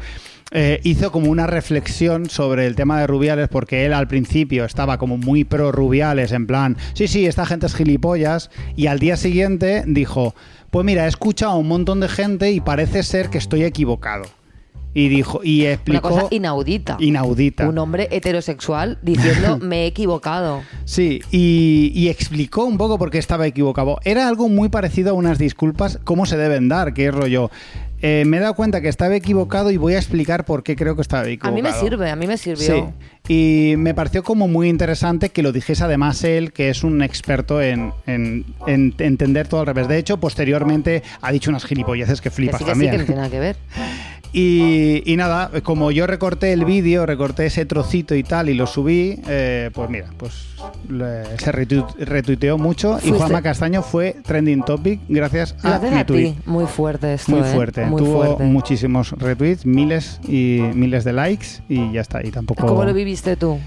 [SPEAKER 1] eh, hizo como una reflexión sobre el tema de Rubiales, porque él al principio estaba como muy pro Rubiales, en plan, sí, sí, esta gente es gilipollas, y al día siguiente dijo, pues mira, he escuchado a un montón de gente y parece ser que estoy equivocado. Y dijo, y
[SPEAKER 2] Una
[SPEAKER 1] explicó...
[SPEAKER 2] cosa inaudita.
[SPEAKER 1] Inaudita.
[SPEAKER 2] Un hombre heterosexual
[SPEAKER 1] <laughs>
[SPEAKER 2] diciendo me he equivocado.
[SPEAKER 1] Sí, y, y explicó un poco por qué estaba equivocado. Era algo muy parecido a unas disculpas, cómo se deben dar, que es rollo. eh, me he dado cuenta que estaba equivocado y voy a explicar por qué creo que estaba
[SPEAKER 2] A
[SPEAKER 1] equivocado.
[SPEAKER 2] mí me sirve, a mí me sirvió.
[SPEAKER 1] Sí, y me pareció como muy interesante que lo dijese además él, que es un experto en, en- en entender todo al revés. De hecho, posteriormente ha dicho unas gilipolleces que
[SPEAKER 2] Que
[SPEAKER 1] flipas
[SPEAKER 2] sí, que sí,
[SPEAKER 1] también.
[SPEAKER 2] que no tiene nada
[SPEAKER 1] <laughs>
[SPEAKER 2] que ver.
[SPEAKER 1] Y, y nada, como yo recorté el vídeo, recorté ese trocito y tal y lo subí, eh, pues mira, pues le- se retu- retuiteó mucho y
[SPEAKER 2] Fuiste-
[SPEAKER 1] Juanma Castaño fue trending topic gracias a
[SPEAKER 2] Gracias
[SPEAKER 1] Ah, mi
[SPEAKER 2] a
[SPEAKER 1] tweet.
[SPEAKER 2] ti. Muy fuerte esto.
[SPEAKER 1] Muy
[SPEAKER 2] ¿eh?
[SPEAKER 1] fuerte,
[SPEAKER 2] Muy
[SPEAKER 1] tuvo
[SPEAKER 2] fuerte.
[SPEAKER 1] muchísimos retweets, miles y miles de likes y ya está. Y tampoco.
[SPEAKER 2] Ah, ¿Cómo lo viviste tú?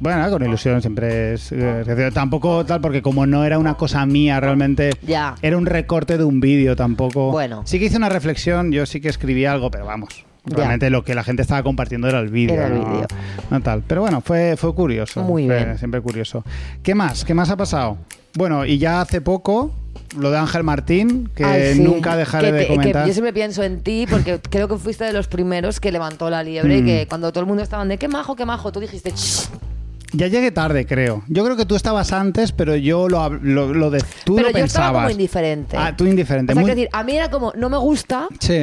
[SPEAKER 1] Bueno, con ilusión siempre es. eh, gracioso. tampoco tal, porque como no era una cosa mía realmente.
[SPEAKER 2] Ya.
[SPEAKER 1] Era un recorte de un vídeo tampoco.
[SPEAKER 2] Bueno.
[SPEAKER 1] Sí que hice una reflexión, yo sí que escribí algo, pero vamos.
[SPEAKER 2] Ya.
[SPEAKER 1] Realmente lo que la gente estaba compartiendo era el vídeo.
[SPEAKER 2] Era el
[SPEAKER 1] ¿no?
[SPEAKER 2] vídeo.
[SPEAKER 1] No tal. Pero bueno, fue, fue curioso.
[SPEAKER 2] Muy
[SPEAKER 1] Fue
[SPEAKER 2] bien.
[SPEAKER 1] Siempre curioso. ¿Qué más? ¿Qué más ha pasado? Bueno, y ya hace poco, lo de Ángel Martín, que
[SPEAKER 2] Ay, sí.
[SPEAKER 1] nunca dejaré
[SPEAKER 2] Que te-
[SPEAKER 1] de
[SPEAKER 2] que
[SPEAKER 1] comentar.
[SPEAKER 2] yo siempre pienso en ti porque creo que fuiste de los primeros que levantó la liebre y
[SPEAKER 1] Mm.
[SPEAKER 2] que cuando todo el mundo estaba de qué majo, qué majo, tú dijiste "Shh".
[SPEAKER 1] Ya llegué tarde, creo. Yo creo que tú estabas antes, pero yo lo, hab- lo, lo de, tú
[SPEAKER 2] Pero
[SPEAKER 1] lo
[SPEAKER 2] yo estaba como
[SPEAKER 1] pensabas.
[SPEAKER 2] indiferente.
[SPEAKER 1] Ah, tú indiferente.
[SPEAKER 2] O sea,
[SPEAKER 1] Muy-
[SPEAKER 2] quiero decir, a mí era como, no me gusta,
[SPEAKER 1] Sí.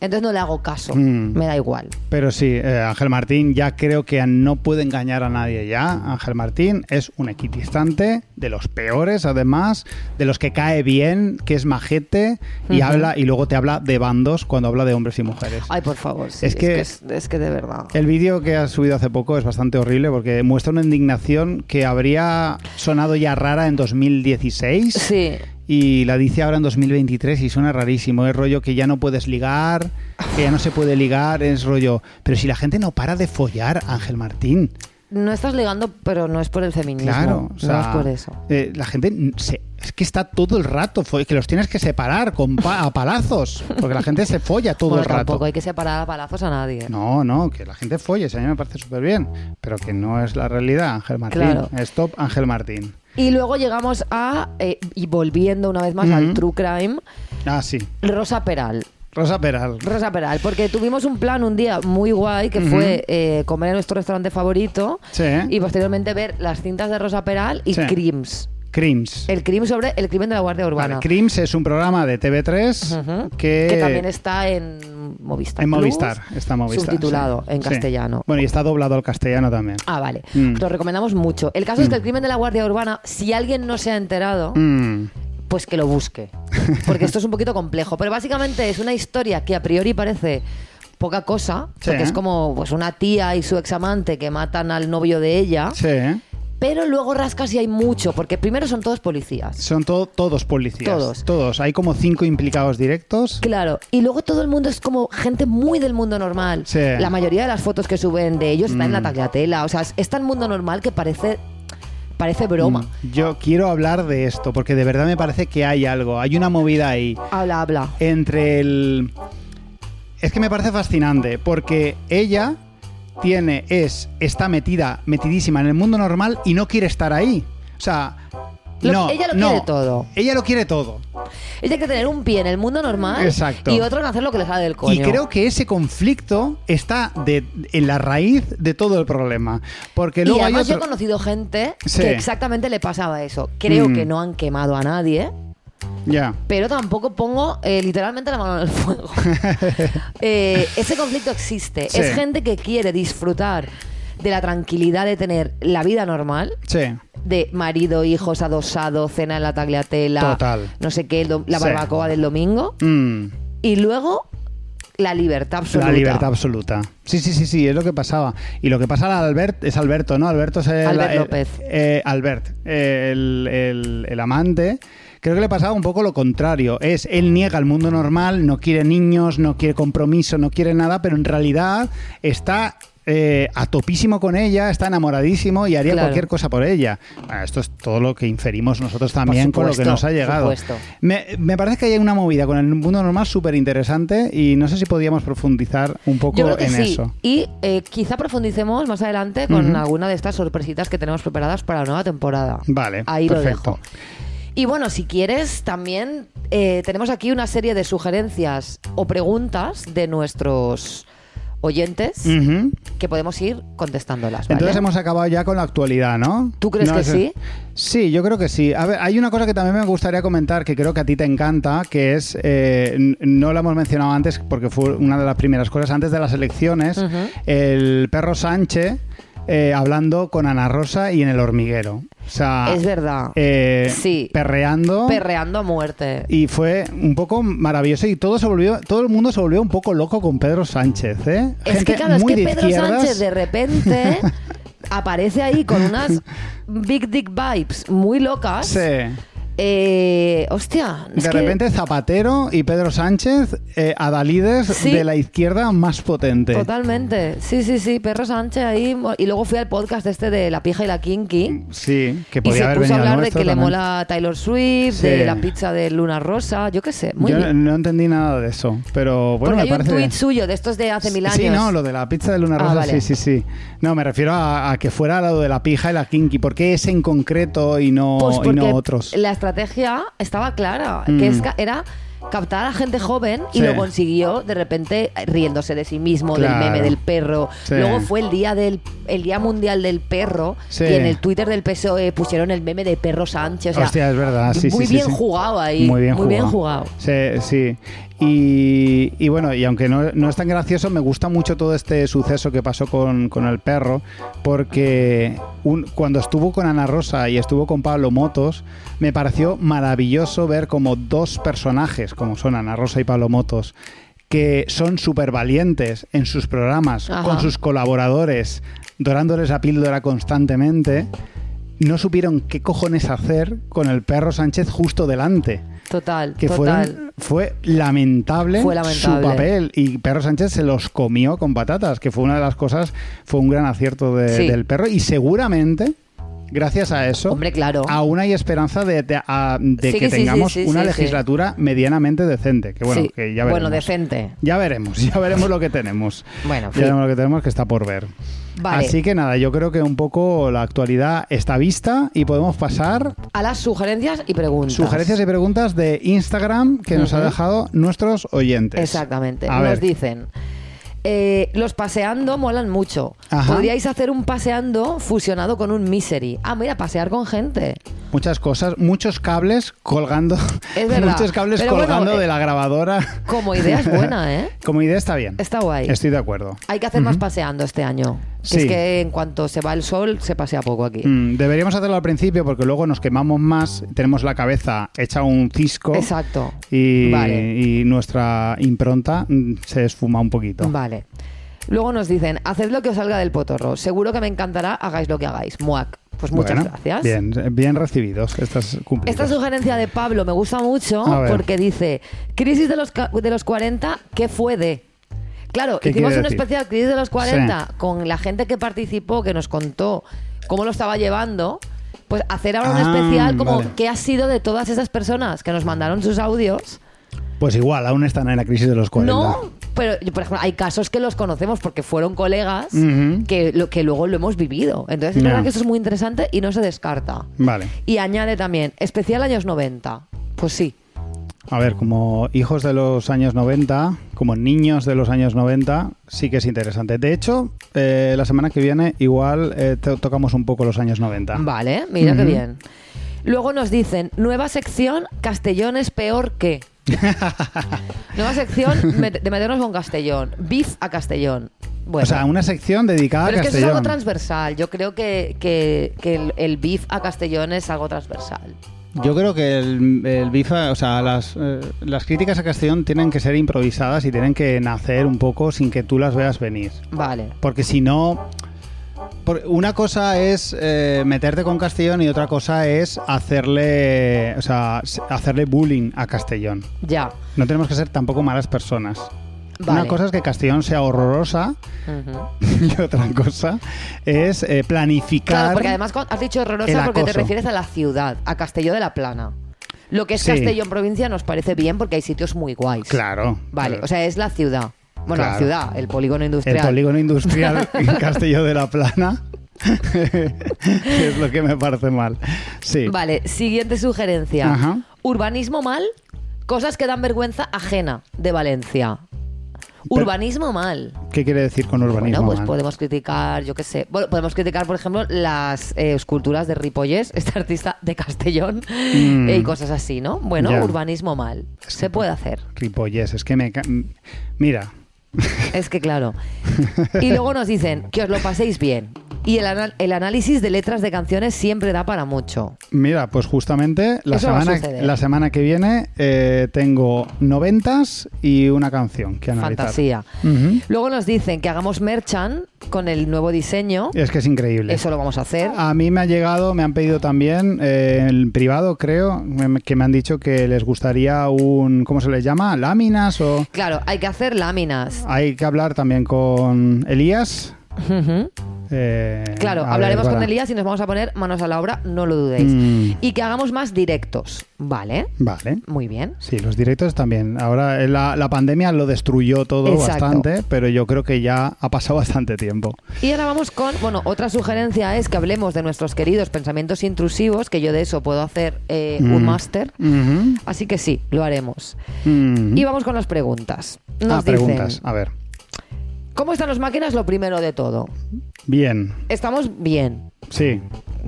[SPEAKER 2] entonces no le hago caso.
[SPEAKER 1] Mm.
[SPEAKER 2] Me da igual.
[SPEAKER 1] Pero sí, eh, Ángel Martín ya creo que no puede engañar a nadie ya. Ángel Martín es un equidistante, de los peores además, de los que cae bien, que es majete y
[SPEAKER 2] Ujú.
[SPEAKER 1] habla y luego te habla de bandos cuando habla de hombres y mujeres.
[SPEAKER 2] Ay, por favor. sí,
[SPEAKER 1] Es
[SPEAKER 2] es,
[SPEAKER 1] que-
[SPEAKER 2] que, es, es que de verdad.
[SPEAKER 1] El vídeo que has subido hace poco es bastante horrible porque muestra una indignación que habría sonado ya rara en 2016
[SPEAKER 2] <laughs> Sí.
[SPEAKER 1] y la dice ahora en 2023 y suena rarísimo. Es rollo que ya no puedes ligar, que ya no se puede ligar, es rollo. Pero si la gente no para de follar, Ángel Martín.
[SPEAKER 2] No estás ligando, pero no es por el feminismo.
[SPEAKER 1] Claro, o sea,
[SPEAKER 2] Pues no es por eso.
[SPEAKER 1] eh, la gente n- se- es que está todo el rato, fo- que los tienes que separar con pa- a palazos, porque la gente se folla todo
[SPEAKER 2] Bueno,
[SPEAKER 1] el rato.
[SPEAKER 2] tampoco hay que separar a palazos a nadie.
[SPEAKER 1] No, no, que la gente folle, si a mí me parece súper bien, pero que no es la realidad, Ángel Martín.
[SPEAKER 2] Claro.
[SPEAKER 1] Stop, Ángel Martín.
[SPEAKER 2] Y luego llegamos a, eh, y volviendo una vez más al
[SPEAKER 1] Ujú.
[SPEAKER 2] True Crime,
[SPEAKER 1] Ah, sí.
[SPEAKER 2] Rosa Peral.
[SPEAKER 1] Rosa Peral.
[SPEAKER 2] Rosa Peral, porque tuvimos un plan un día muy guay que fue eh, comer en nuestro restaurante favorito
[SPEAKER 1] Sí.
[SPEAKER 2] y posteriormente ver las cintas de Rosa Peral y
[SPEAKER 1] ¿Eh? Sí.
[SPEAKER 2] Crims.
[SPEAKER 1] Crims.
[SPEAKER 2] El crimen sobre el crimen de la Guardia Urbana.
[SPEAKER 1] Vale, Crims es un programa de TV3
[SPEAKER 2] Ujú.
[SPEAKER 1] que,
[SPEAKER 2] Que también está en Movistar.
[SPEAKER 1] en
[SPEAKER 2] Plus,
[SPEAKER 1] Movistar. Está en Movistar.
[SPEAKER 2] Subtitulado
[SPEAKER 1] sí.
[SPEAKER 2] en
[SPEAKER 1] Sí.
[SPEAKER 2] castellano.
[SPEAKER 1] Bueno, y está doblado al castellano también.
[SPEAKER 2] Ah, vale.
[SPEAKER 1] Mm.
[SPEAKER 2] Lo recomendamos mucho. El caso es que el crimen de la Guardia Urbana, si alguien no se ha enterado,
[SPEAKER 1] Mm.
[SPEAKER 2] pues que lo busque. Porque esto es un poquito complejo. Pero básicamente es una historia que a priori parece poca cosa,
[SPEAKER 1] Sí.
[SPEAKER 2] porque es como pues una tía y su examante que matan al novio de ella.
[SPEAKER 1] Sí. ¿eh?
[SPEAKER 2] Pero luego rascas y hay mucho, porque primero son todos policías.
[SPEAKER 1] Son to- todos policías.
[SPEAKER 2] Todos.
[SPEAKER 1] Todos. Hay como cinco implicados directos.
[SPEAKER 2] Claro, y luego todo el mundo es como gente muy del mundo normal.
[SPEAKER 1] Sí. Mm.
[SPEAKER 2] La mayoría de las fotos que suben de ellos están en la tagliatela, o sea, es- es tan mundo normal que parece parece broma.
[SPEAKER 1] Mm, Yo quiero hablar de esto porque de verdad me parece que hay algo. Hay una movida ahí.
[SPEAKER 2] Habla, habla.
[SPEAKER 1] entre el. Es que me parece fascinante, porque ella tiene, es, está metida, metidísima en el mundo normal y no quiere estar ahí. O sea,
[SPEAKER 2] Lo-
[SPEAKER 1] no,
[SPEAKER 2] ella lo
[SPEAKER 1] no.
[SPEAKER 2] quiere todo.
[SPEAKER 1] Ella lo quiere todo.
[SPEAKER 2] Ella hay que tener un pie en el mundo normal
[SPEAKER 1] Exacto.
[SPEAKER 2] y otro en hacer lo que le sale del coño.
[SPEAKER 1] Y creo que ese conflicto está de, en la raíz de todo el problema. Porque
[SPEAKER 2] Y
[SPEAKER 1] luego hay
[SPEAKER 2] además yo he
[SPEAKER 1] otro-
[SPEAKER 2] conocido gente
[SPEAKER 1] Sí.
[SPEAKER 2] que exactamente le pasaba eso. Creo
[SPEAKER 1] Mm.
[SPEAKER 2] que no han quemado a nadie,
[SPEAKER 1] Ya.
[SPEAKER 2] pero tampoco pongo eh, literalmente la mano en el
[SPEAKER 1] <laughs>
[SPEAKER 2] fuego. Eh, ese conflicto existe.
[SPEAKER 1] Sí.
[SPEAKER 2] Es gente que quiere disfrutar de la tranquilidad de tener la vida normal,
[SPEAKER 1] Sí.
[SPEAKER 2] de marido, hijos, adosado, cena en la tagliatela,
[SPEAKER 1] Total.
[SPEAKER 2] no sé qué, el dom- la
[SPEAKER 1] Sí.
[SPEAKER 2] barbacoa del domingo,
[SPEAKER 1] Mm.
[SPEAKER 2] y luego la libertad absoluta.
[SPEAKER 1] La libertad absoluta. Sí, sí, sí, sí, es lo que pasaba. Y lo que pasa a Albert es Alberto, ¿no? Alberto es el.
[SPEAKER 2] Albert
[SPEAKER 1] el-
[SPEAKER 2] López.
[SPEAKER 1] eh, Albert, eh, el, el- el amante. Creo que le pasaba un poco lo contrario. Es él niega el mundo normal, no quiere niños, no quiere compromiso, no quiere nada, pero en realidad está. eh, a topísimo con ella, está enamoradísimo y haría
[SPEAKER 2] Claro.
[SPEAKER 1] cualquier cosa por ella. Bueno, esto es todo lo que inferimos nosotros también con lo que
[SPEAKER 2] supuesto,
[SPEAKER 1] nos ha llegado.
[SPEAKER 2] por supuesto.
[SPEAKER 1] Me, me parece que hay una movida con el mundo normal súper interesante y no sé si podíamos profundizar un poco
[SPEAKER 2] Yo creo que
[SPEAKER 1] en
[SPEAKER 2] sí.
[SPEAKER 1] eso.
[SPEAKER 2] Y eh, quizá profundicemos más adelante con
[SPEAKER 1] Ujú.
[SPEAKER 2] alguna de estas sorpresitas que tenemos preparadas para la nueva temporada.
[SPEAKER 1] Vale,
[SPEAKER 2] Ahí
[SPEAKER 1] perfecto.
[SPEAKER 2] lo dejo. Y bueno, si quieres, también eh, tenemos aquí una serie de sugerencias o preguntas de nuestros oyentes
[SPEAKER 1] Ujú.
[SPEAKER 2] que podemos ir contestándolas. ¿vale?
[SPEAKER 1] Mm. Entonces hemos acabado ya con la actualidad, ¿no?
[SPEAKER 2] ¿Tú crees
[SPEAKER 1] No,
[SPEAKER 2] que
[SPEAKER 1] eso-
[SPEAKER 2] sí?
[SPEAKER 1] Sí, yo creo que sí. A ver, hay una cosa que también me gustaría comentar que creo que a ti te encanta, que es, eh, n- no la hemos mencionado antes porque fue una de las primeras cosas, antes de las elecciones,
[SPEAKER 2] Ujú.
[SPEAKER 1] el perro Sánchez eh, hablando con Ana Rosa y en el hormiguero. O sea,
[SPEAKER 2] Es verdad.
[SPEAKER 1] Ah. eh,
[SPEAKER 2] Sí.
[SPEAKER 1] perreando.
[SPEAKER 2] Perreando a muerte.
[SPEAKER 1] Y fue un poco maravilloso y todo se volvió, todo el mundo se volvió un poco loco con Pedro Sánchez, ¿eh?
[SPEAKER 2] Es que
[SPEAKER 1] Gente
[SPEAKER 2] claro, es
[SPEAKER 1] muy
[SPEAKER 2] que
[SPEAKER 1] de
[SPEAKER 2] Pedro
[SPEAKER 1] izquierdas.
[SPEAKER 2] Sánchez de
[SPEAKER 1] <laughs>
[SPEAKER 2] repente aparece ahí con unas big dick vibes muy locas.
[SPEAKER 1] Sí.
[SPEAKER 2] Eh, hostia. es
[SPEAKER 1] De
[SPEAKER 2] que-
[SPEAKER 1] repente Zapatero y Pedro Sánchez, eh, adalides
[SPEAKER 2] Sí.
[SPEAKER 1] de la izquierda más potente.
[SPEAKER 2] Totalmente. Sí, sí, sí. Perro Sánchez ahí. mo- Y luego fui al podcast este de La Pija y la
[SPEAKER 1] Mm.
[SPEAKER 2] Kinky.
[SPEAKER 1] Sí, que
[SPEAKER 2] Y
[SPEAKER 1] podía
[SPEAKER 2] se
[SPEAKER 1] haber
[SPEAKER 2] puso
[SPEAKER 1] venido
[SPEAKER 2] a hablar de que
[SPEAKER 1] nuestro
[SPEAKER 2] le
[SPEAKER 1] también.
[SPEAKER 2] mola Taylor Swift,
[SPEAKER 1] Sí.
[SPEAKER 2] de la pizza de Luna Rosa, yo qué sé. Muy
[SPEAKER 1] Yo
[SPEAKER 2] bien.
[SPEAKER 1] no entendí nada de eso, pero bueno,
[SPEAKER 2] Porque
[SPEAKER 1] me
[SPEAKER 2] hay
[SPEAKER 1] parece...
[SPEAKER 2] un tuit suyo de estos de hace mil años.
[SPEAKER 1] Sí, no, lo de la pizza de Luna
[SPEAKER 2] Ah,
[SPEAKER 1] Rosa, sí,
[SPEAKER 2] vale.
[SPEAKER 1] sí, sí. No, me refiero a, a que fuera lo de la pija y la kinky. ¿Por qué ese en concreto y no,
[SPEAKER 2] Pues
[SPEAKER 1] y
[SPEAKER 2] porque
[SPEAKER 1] no otros?
[SPEAKER 2] la estrategia estaba clara,
[SPEAKER 1] Mm.
[SPEAKER 2] que es ca- era captar a gente joven y
[SPEAKER 1] Sí.
[SPEAKER 2] lo consiguió de repente eh, riéndose de sí mismo,
[SPEAKER 1] Claro.
[SPEAKER 2] del meme del perro.
[SPEAKER 1] Sí.
[SPEAKER 2] Luego fue el día del el día mundial del perro
[SPEAKER 1] Sí.
[SPEAKER 2] y en el Twitter del PSOE E pusieron el meme de perro Sánchez. o sea,
[SPEAKER 1] Hostia, es verdad, sí, sí,
[SPEAKER 2] muy
[SPEAKER 1] sí,
[SPEAKER 2] bien
[SPEAKER 1] sí.
[SPEAKER 2] jugado ahí.
[SPEAKER 1] Muy bien jugado.
[SPEAKER 2] jugado.
[SPEAKER 1] Sí, sí. Y, y bueno, y aunque no, no es tan gracioso, me gusta mucho todo este suceso que pasó con, con el perro, porque un- cuando estuvo con Ana Rosa y estuvo con Pablo Motos, me pareció maravilloso ver como dos personajes, como son Ana Rosa y Pablo Motos, que son súper valientes en sus programas,
[SPEAKER 2] Ajá.
[SPEAKER 1] con sus colaboradores, dorándoles la píldora constantemente, no supieron qué cojones hacer con el perro Sánchez justo delante
[SPEAKER 2] Total,
[SPEAKER 1] que
[SPEAKER 2] total.
[SPEAKER 1] fueron- fue, lamentable
[SPEAKER 2] Fue lamentable.
[SPEAKER 1] su papel y Perro Sánchez se los comió con patatas, que fue una de las cosas, fue un gran acierto de-
[SPEAKER 2] Sí.
[SPEAKER 1] del perro y seguramente gracias a eso,
[SPEAKER 2] Hombre, claro.
[SPEAKER 1] aún hay esperanza de, de- a- de
[SPEAKER 2] Sí,
[SPEAKER 1] que
[SPEAKER 2] sí, sí,
[SPEAKER 1] tengamos
[SPEAKER 2] sí, sí,
[SPEAKER 1] una
[SPEAKER 2] sí.
[SPEAKER 1] legislatura medianamente decente. Que bueno,
[SPEAKER 2] Sí.
[SPEAKER 1] que ya veremos.
[SPEAKER 2] Bueno, decente.
[SPEAKER 1] Ya veremos, ya veremos lo que tenemos.
[SPEAKER 2] Bueno,
[SPEAKER 1] ya
[SPEAKER 2] en fin.
[SPEAKER 1] veremos lo que tenemos que está por ver.
[SPEAKER 2] Vale.
[SPEAKER 1] Así que nada, yo creo que un poco la actualidad está vista y podemos pasar
[SPEAKER 2] A las sugerencias y preguntas.
[SPEAKER 1] sugerencias y preguntas de Instagram que nos han
[SPEAKER 2] Ujú.
[SPEAKER 1] dejado nuestros oyentes.
[SPEAKER 2] Exactamente.
[SPEAKER 1] A
[SPEAKER 2] Nos
[SPEAKER 1] ver,
[SPEAKER 2] dicen. eh, los paseando molan mucho.
[SPEAKER 1] Ajá.
[SPEAKER 2] Podríais hacer un paseando fusionado con un misery. Ah, mira, pasear con gente.
[SPEAKER 1] muchas cosas, muchos cables colgando, <laughs>
[SPEAKER 2] Es verdad.
[SPEAKER 1] muchos cables
[SPEAKER 2] Pero bueno,
[SPEAKER 1] colgando
[SPEAKER 2] eh,
[SPEAKER 1] de la grabadora.
[SPEAKER 2] Como idea
[SPEAKER 1] <laughs>
[SPEAKER 2] es buena, ¿eh?
[SPEAKER 1] Como idea está bien.
[SPEAKER 2] Está guay.
[SPEAKER 1] Estoy de acuerdo.
[SPEAKER 2] Hay que hacer más paseando este año. Que
[SPEAKER 1] Sí.
[SPEAKER 2] Es que en cuanto se va el sol, se pasea poco aquí.
[SPEAKER 1] Mm, Deberíamos hacerlo al principio porque luego nos quemamos más, tenemos la cabeza hecha un cisco
[SPEAKER 2] Exacto.
[SPEAKER 1] y,
[SPEAKER 2] Vale.
[SPEAKER 1] y nuestra impronta mm, se esfuma un poquito.
[SPEAKER 2] Vale. Luego nos dicen, haced lo que os salga del potorro. Seguro que me encantará, hagáis lo que hagáis. Muac. Pues muchas
[SPEAKER 1] Bueno,
[SPEAKER 2] gracias.
[SPEAKER 1] Bien, bien recibidos. Estas cumplidas.
[SPEAKER 2] Esta sugerencia de Pablo me gusta mucho
[SPEAKER 1] A ver.
[SPEAKER 2] porque dice, crisis de los, ca- de los 40, ¿qué fue de? Claro,
[SPEAKER 1] ¿Qué
[SPEAKER 2] hicimos
[SPEAKER 1] quiere
[SPEAKER 2] una
[SPEAKER 1] decir?
[SPEAKER 2] especial crisis de los 40 con la gente que participó, que nos contó cómo lo estaba llevando. Pues hacer ahora
[SPEAKER 1] Ah,
[SPEAKER 2] un especial como
[SPEAKER 1] vale.
[SPEAKER 2] qué ha sido de todas esas personas que nos mandaron sus audios.
[SPEAKER 1] Pues igual, aún están en la crisis de los 40.
[SPEAKER 2] No, pero yo, por ejemplo, hay casos que los conocemos porque fueron colegas
[SPEAKER 1] Ujú.
[SPEAKER 2] que, lo, que luego lo hemos vivido. Entonces, es
[SPEAKER 1] Ya.
[SPEAKER 2] verdad que eso es muy interesante y no se descarta.
[SPEAKER 1] Vale.
[SPEAKER 2] Y añade también, especial años 90. Pues sí.
[SPEAKER 1] A ver, como hijos de los años 90, como niños de los años 90, sí que es interesante. De hecho, eh, la semana que viene igual eh, to- tocamos un poco los años 90.
[SPEAKER 2] Vale, mira qué
[SPEAKER 1] Ujú.
[SPEAKER 2] bien. Luego nos dicen, nueva sección, Castellón es peor
[SPEAKER 1] <laughs>
[SPEAKER 2] que. nueva sección met- de meternos con Castellón. Beef a Castellón. Bueno.
[SPEAKER 1] O sea, una sección dedicada
[SPEAKER 2] pero
[SPEAKER 1] a
[SPEAKER 2] es que eso es algo
[SPEAKER 1] Castellón.
[SPEAKER 2] transversal. Yo creo que, que- que el, el beef a Castellón es algo transversal.
[SPEAKER 1] Yo creo que el, el bifa, o sea, las, eh, las críticas a Castellón tienen que ser improvisadas y tienen que nacer un poco sin que tú las veas venir.
[SPEAKER 2] Vale.
[SPEAKER 1] Porque si no. por- una cosa es eh, meterte con Castellón y otra cosa es hacerle. O sea, s- hacerle bullying a Castellón.
[SPEAKER 2] Ya.
[SPEAKER 1] No tenemos que ser tampoco malas personas.
[SPEAKER 2] Vale.
[SPEAKER 1] Una cosa es que Castellón sea horrorosa <laughs>
[SPEAKER 2] Ujú.
[SPEAKER 1] y otra cosa es eh, planificar.
[SPEAKER 2] Claro, porque además con- has dicho
[SPEAKER 1] el
[SPEAKER 2] horrorosa porque te
[SPEAKER 1] acoso.
[SPEAKER 2] refieres a la ciudad, a Castelló de la Plana. Lo que es
[SPEAKER 1] Sí.
[SPEAKER 2] Castellón provincia nos parece bien porque hay sitios muy guays.
[SPEAKER 1] Claro.
[SPEAKER 2] Vale,
[SPEAKER 1] claro.
[SPEAKER 2] o sea, es la ciudad. Bueno,
[SPEAKER 1] Claro.
[SPEAKER 2] la ciudad, el polígono industrial.
[SPEAKER 1] El polígono
[SPEAKER 2] <laughs>
[SPEAKER 1] industrial en Castelló de la Plana <laughs> es lo que me parece mal. Sí.
[SPEAKER 2] Vale, siguiente sugerencia.
[SPEAKER 1] Ajá.
[SPEAKER 2] Urbanismo mal, cosas que dan vergüenza ajena de Valencia.
[SPEAKER 1] Pero-
[SPEAKER 2] Urbanismo mal.
[SPEAKER 1] ¿Qué quiere decir con urbanismo?
[SPEAKER 2] Bueno, pues
[SPEAKER 1] mal?
[SPEAKER 2] podemos criticar, yo qué sé. Bueno, podemos criticar, por ejemplo, las eh, esculturas de Ripollés, <laughs> este artista de Castellón,
[SPEAKER 1] Mm.
[SPEAKER 2] eh, y cosas así, ¿no? Bueno,
[SPEAKER 1] Ya.
[SPEAKER 2] urbanismo mal. Se puede hacer.
[SPEAKER 1] Ripollés, es que me... ca- Mira,
[SPEAKER 2] <laughs> Es que claro. Y luego nos dicen que os lo paséis bien. Y el, ana- el análisis de letras de canciones siempre da para mucho.
[SPEAKER 1] mira, pues justamente la,
[SPEAKER 2] Eso va a
[SPEAKER 1] semana,
[SPEAKER 2] suceder.
[SPEAKER 1] la semana que viene eh, tengo noventas y una canción que analizar.
[SPEAKER 2] Fantasía.
[SPEAKER 1] Ujú.
[SPEAKER 2] Luego nos dicen que hagamos merchan con el nuevo diseño.
[SPEAKER 1] Es que es increíble.
[SPEAKER 2] Eso lo vamos a hacer.
[SPEAKER 1] A mí me ha llegado, me han pedido también, eh, en privado creo, me- que me han dicho que les gustaría un, ¿cómo se les llama? Láminas o...
[SPEAKER 2] Claro, hay que hacer láminas.
[SPEAKER 1] Hay que hablar también con Elías.
[SPEAKER 2] Ujú.
[SPEAKER 1] Eh,
[SPEAKER 2] Claro,
[SPEAKER 1] a
[SPEAKER 2] hablaremos
[SPEAKER 1] ver,
[SPEAKER 2] con
[SPEAKER 1] para-
[SPEAKER 2] Elías y nos vamos a poner manos a la obra, no lo dudéis.
[SPEAKER 1] Mm.
[SPEAKER 2] Y que hagamos más directos, ¿vale?
[SPEAKER 1] Vale.
[SPEAKER 2] Muy bien.
[SPEAKER 1] Sí, los directos también. Ahora eh, la, la pandemia lo destruyó todo
[SPEAKER 2] Exacto.
[SPEAKER 1] bastante, pero yo creo que ya ha pasado <laughs> bastante tiempo.
[SPEAKER 2] Y ahora vamos con, bueno, otra sugerencia es que hablemos de nuestros queridos pensamientos intrusivos, que yo de eso puedo hacer eh, un
[SPEAKER 1] Mm.
[SPEAKER 2] máster.
[SPEAKER 1] Ujú.
[SPEAKER 2] Así que sí, lo haremos.
[SPEAKER 1] Ujú.
[SPEAKER 2] Y vamos con las preguntas. Nos
[SPEAKER 1] ¿Mm? ah,
[SPEAKER 2] dicen,
[SPEAKER 1] preguntas. A ver.
[SPEAKER 2] ¿cómo están las máquinas? Lo primero de todo.
[SPEAKER 1] Bien.
[SPEAKER 2] Estamos bien.
[SPEAKER 1] Sí.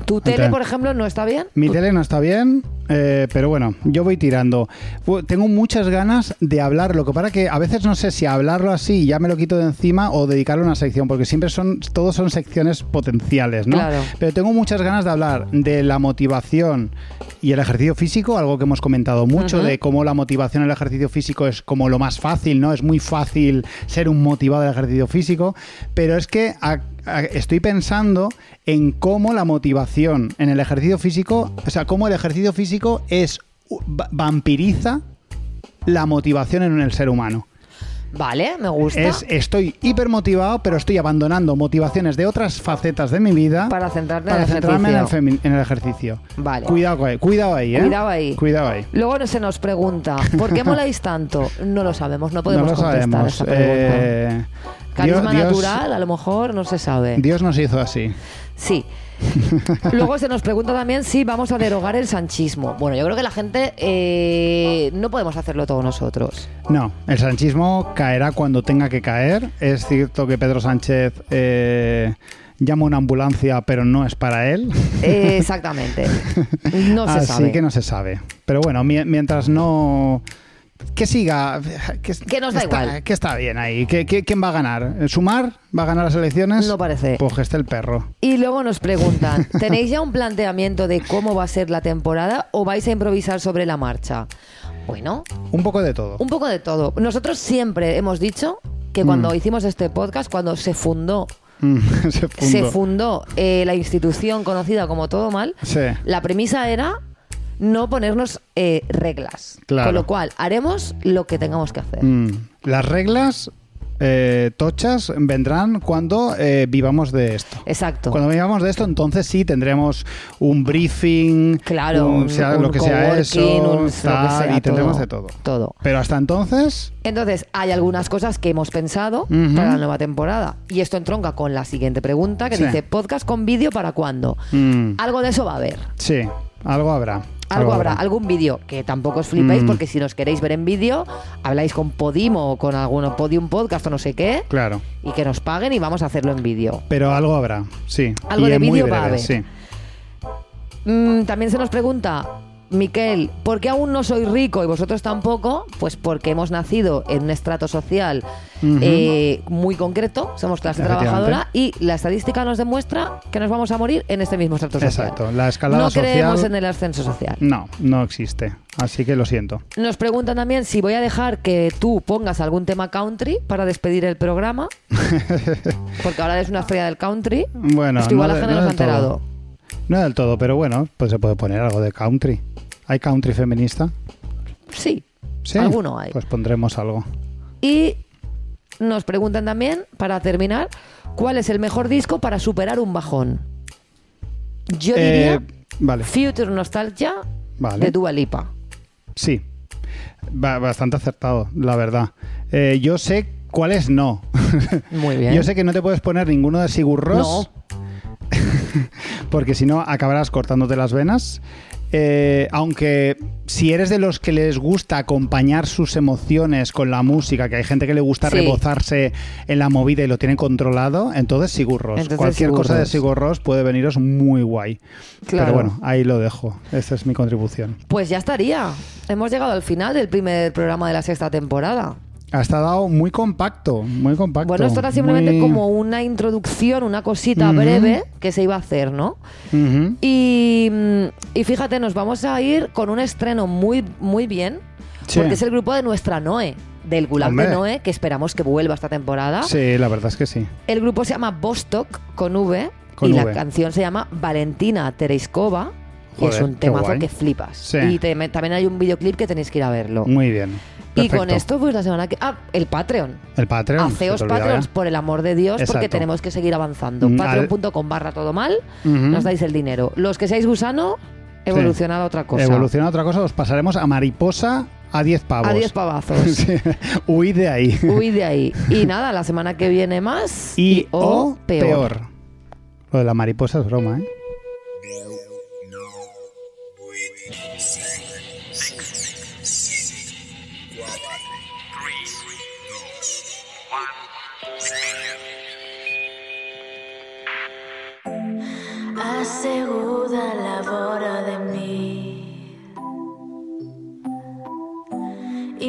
[SPEAKER 2] ¿Tu tele,
[SPEAKER 1] Entiendo.
[SPEAKER 2] por ejemplo, no está bien?
[SPEAKER 1] Mi tele no está bien, eh, pero bueno, yo voy tirando. Fu- Tengo muchas ganas de hablarlo, que para que a veces no sé si hablarlo así ya me lo quito de encima o dedicarlo a una sección, porque siempre son, todos son secciones potenciales, ¿no?
[SPEAKER 2] Claro.
[SPEAKER 1] Pero tengo muchas ganas de hablar de la motivación y el ejercicio físico, algo que hemos comentado mucho,
[SPEAKER 2] Ujú.
[SPEAKER 1] de cómo la motivación en el ejercicio físico es como lo más fácil, ¿no? Es muy fácil ser un motivado del ejercicio físico, pero es que a- a- estoy pensando en cómo la motivación en el ejercicio físico, o sea, cómo el ejercicio físico es u- va- vampiriza la motivación en el ser humano.
[SPEAKER 2] Vale, me gusta.
[SPEAKER 1] Es eh, estoy hipermotivado, pero estoy abandonando motivaciones de otras facetas de mi vida
[SPEAKER 2] Para centrarte en
[SPEAKER 1] para
[SPEAKER 2] el
[SPEAKER 1] centrarme en el,
[SPEAKER 2] ejercicio.
[SPEAKER 1] femi- en el ejercicio.
[SPEAKER 2] Vale.
[SPEAKER 1] Cuidado, ahí- cuidado ahí, ¿eh?
[SPEAKER 2] Cuidado ahí.
[SPEAKER 1] Cuidado ahí.
[SPEAKER 2] Luego no se nos pregunta,
[SPEAKER 1] <laughs>
[SPEAKER 2] ¿por qué moláis tanto? No lo sabemos, no podemos
[SPEAKER 1] no lo
[SPEAKER 2] contestar
[SPEAKER 1] sabemos.
[SPEAKER 2] esa pregunta.
[SPEAKER 1] Eh,
[SPEAKER 2] Carisma
[SPEAKER 1] Dios- Dios-
[SPEAKER 2] natural, a lo mejor no se sabe.
[SPEAKER 1] Dios nos hizo así. <laughs>
[SPEAKER 2] Sí. Luego se nos pregunta también si vamos a derogar el sanchismo. Bueno, yo creo que la gente eh, no podemos hacerlo todos nosotros.
[SPEAKER 1] No, el sanchismo caerá cuando tenga que caer. Es cierto que Pedro Sánchez eh, llama una ambulancia, pero no es para él.
[SPEAKER 2] Eh, exactamente. No se
[SPEAKER 1] Así
[SPEAKER 2] sabe.
[SPEAKER 1] que no se sabe. Pero bueno, mi- mientras no... Que siga... Que,
[SPEAKER 2] Que nos da
[SPEAKER 1] está,
[SPEAKER 2] igual.
[SPEAKER 1] Que está bien ahí. Que, que- ¿Quién va a ganar? ¿Sumar? ¿Va a ganar las elecciones?
[SPEAKER 2] No parece.
[SPEAKER 1] Pues que esté el perro.
[SPEAKER 2] Y luego nos preguntan, ¿tenéis ya un planteamiento de cómo va a ser la temporada o vais a improvisar sobre la marcha? Bueno,
[SPEAKER 1] Un poco de todo.
[SPEAKER 2] un poco de todo. Nosotros siempre hemos dicho que cuando hicimos este podcast, cuando se fundó,
[SPEAKER 1] Mm, <laughs> se fundó.
[SPEAKER 2] se fundó eh, la institución conocida como Todo Mal,
[SPEAKER 1] Sí.
[SPEAKER 2] la premisa era no ponernos eh, reglas.
[SPEAKER 1] Claro.
[SPEAKER 2] Con lo cual, haremos lo que tengamos que hacer.
[SPEAKER 1] Mm. Las reglas eh, tochas vendrán cuando eh, vivamos de esto.
[SPEAKER 2] Exacto.
[SPEAKER 1] Cuando vivamos de esto, entonces sí tendremos un briefing,
[SPEAKER 2] Claro,
[SPEAKER 1] un-
[SPEAKER 2] un-
[SPEAKER 1] sea
[SPEAKER 2] un
[SPEAKER 1] lo que sea
[SPEAKER 2] coworking,
[SPEAKER 1] eso,
[SPEAKER 2] un- lo que
[SPEAKER 1] tal,
[SPEAKER 2] sea,
[SPEAKER 1] y tendremos
[SPEAKER 2] todo,
[SPEAKER 1] de todo.
[SPEAKER 2] todo.
[SPEAKER 1] Pero hasta entonces,
[SPEAKER 2] Entonces, hay algunas cosas que hemos pensado
[SPEAKER 1] Ujú.
[SPEAKER 2] para la nueva temporada. Y esto entronca con la siguiente pregunta que
[SPEAKER 1] Sí.
[SPEAKER 2] dice, ¿podcast con vídeo para cuándo?
[SPEAKER 1] mm,
[SPEAKER 2] Algo de eso va a haber.
[SPEAKER 1] sí, algo habrá.
[SPEAKER 2] Algo habrá, algún vídeo, que tampoco os flipéis,
[SPEAKER 1] Mm.
[SPEAKER 2] porque si nos queréis ver en vídeo, habláis con Podimo o con alguno Podium Podcast o no sé qué,
[SPEAKER 1] Claro,
[SPEAKER 2] y que nos paguen y vamos a hacerlo en vídeo.
[SPEAKER 1] pero algo habrá, sí.
[SPEAKER 2] Algo
[SPEAKER 1] y
[SPEAKER 2] de
[SPEAKER 1] es muy
[SPEAKER 2] vídeo
[SPEAKER 1] breve,
[SPEAKER 2] va a haber.
[SPEAKER 1] Sí.
[SPEAKER 2] Mm, también se nos pregunta, Miquel, ¿por qué aún no soy rico y vosotros tampoco? Pues porque hemos nacido en un estrato social
[SPEAKER 1] Ujú.
[SPEAKER 2] eh, muy concreto, somos clase
[SPEAKER 1] Efectivamente.
[SPEAKER 2] trabajadora y la estadística nos demuestra que nos vamos a morir en este mismo estrato social.
[SPEAKER 1] Exacto, la escalada
[SPEAKER 2] no
[SPEAKER 1] social-
[SPEAKER 2] creemos en el ascenso social.
[SPEAKER 1] No, no existe. Así que lo siento.
[SPEAKER 2] Nos preguntan también si voy a dejar que tú pongas algún tema country para despedir
[SPEAKER 1] <laughs>
[SPEAKER 2] el programa, porque ahora eres una estrella del country.
[SPEAKER 1] Bueno,
[SPEAKER 2] es que igual
[SPEAKER 1] no de-
[SPEAKER 2] la gente
[SPEAKER 1] no
[SPEAKER 2] no se ha
[SPEAKER 1] del todo.
[SPEAKER 2] enterado.
[SPEAKER 1] No del todo, pero bueno, pues se puede poner algo de country. ¿Hay country feminista?
[SPEAKER 2] Sí,
[SPEAKER 1] Sí.
[SPEAKER 2] alguno hay.
[SPEAKER 1] Pues pondremos algo.
[SPEAKER 2] Y nos preguntan también, para terminar, ¿cuál es el mejor disco para superar un bajón? Yo diría
[SPEAKER 1] Eh, vale,
[SPEAKER 2] Future Nostalgia
[SPEAKER 1] Vale.
[SPEAKER 2] de Dua Lipa.
[SPEAKER 1] sí. Ba- bastante acertado, la verdad. Eh, yo sé cuáles no. <laughs>
[SPEAKER 2] Muy bien.
[SPEAKER 1] Yo sé que no te puedes poner ninguno de Sigur Rós,
[SPEAKER 2] No.
[SPEAKER 1] porque si no acabarás cortándote las venas. Eh, aunque si eres de los que les gusta acompañar sus emociones con la música, que hay gente que le gusta
[SPEAKER 2] Sí.
[SPEAKER 1] rebozarse en la movida y lo tiene controlado, entonces Sigur Rós.
[SPEAKER 2] Entonces
[SPEAKER 1] Cualquier
[SPEAKER 2] Sigur
[SPEAKER 1] cosa de
[SPEAKER 2] Rós.
[SPEAKER 1] Sigur Rós puede veniros muy guay.
[SPEAKER 2] Claro.
[SPEAKER 1] Pero bueno, ahí lo dejo. Esta es mi contribución.
[SPEAKER 2] Pues ya estaría. Hemos llegado al final del primer programa de la sexta temporada.
[SPEAKER 1] Ha estado muy compacto, muy compacto.
[SPEAKER 2] Bueno, esto era simplemente
[SPEAKER 1] muy-
[SPEAKER 2] como una introducción, una cosita
[SPEAKER 1] Ujú.
[SPEAKER 2] breve que se iba a hacer, ¿no?
[SPEAKER 1] Ujú.
[SPEAKER 2] Y, mm, y fíjate, nos vamos a ir con un estreno muy, muy bien,
[SPEAKER 1] Sí.
[SPEAKER 2] porque es el grupo de nuestra Noe, del Gulag
[SPEAKER 1] Hombre.
[SPEAKER 2] de Noe, que esperamos que vuelva esta temporada.
[SPEAKER 1] Sí, la verdad es que sí.
[SPEAKER 2] El grupo se llama Vostok con V
[SPEAKER 1] Con
[SPEAKER 2] y
[SPEAKER 1] V.
[SPEAKER 2] la canción se llama Valentina Tereskova. y
[SPEAKER 1] Joder,
[SPEAKER 2] es un
[SPEAKER 1] qué
[SPEAKER 2] temazo
[SPEAKER 1] guay.
[SPEAKER 2] que flipas.
[SPEAKER 1] Sí.
[SPEAKER 2] Y te- me- también hay un videoclip que tenéis que ir a verlo.
[SPEAKER 1] Muy bien.
[SPEAKER 2] y con
[SPEAKER 1] Perfecto.
[SPEAKER 2] esto, pues la semana que. Ah, el Patreon.
[SPEAKER 1] El Patreon. se te
[SPEAKER 2] Haceos
[SPEAKER 1] olvidaba.
[SPEAKER 2] Patreons, por el amor de Dios, porque
[SPEAKER 1] Exacto.
[SPEAKER 2] tenemos que seguir avanzando.
[SPEAKER 1] Mm, al-
[SPEAKER 2] Patreon.com barra todo mal,
[SPEAKER 1] Ujú.
[SPEAKER 2] nos dais el dinero. Los que seáis gusano, evolucionad a otra cosa.
[SPEAKER 1] Evoluciona otra cosa, os pasaremos a mariposa a 10 pavos.
[SPEAKER 2] A 10 pavazos.
[SPEAKER 1] <laughs> Sí. Huid de ahí.
[SPEAKER 2] Huid de ahí. Y nada, la semana que viene más.
[SPEAKER 1] Y, o peor. Lo de la mariposa es broma, ¿eh?
[SPEAKER 3] Asseguda lavora de mi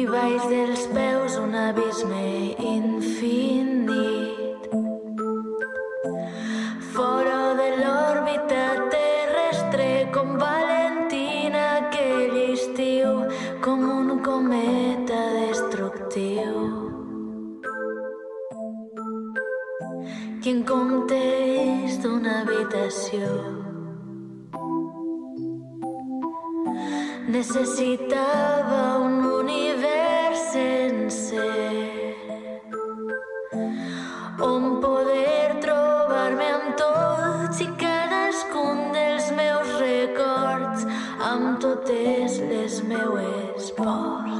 [SPEAKER 3] i baix dels peus un abisme infinit fora de l'òrbita terrestre com Valentina aquell estiu com un cometa destructiu qui en comptes d'una habitació necessitava un univers sencer amb totes les meues pors.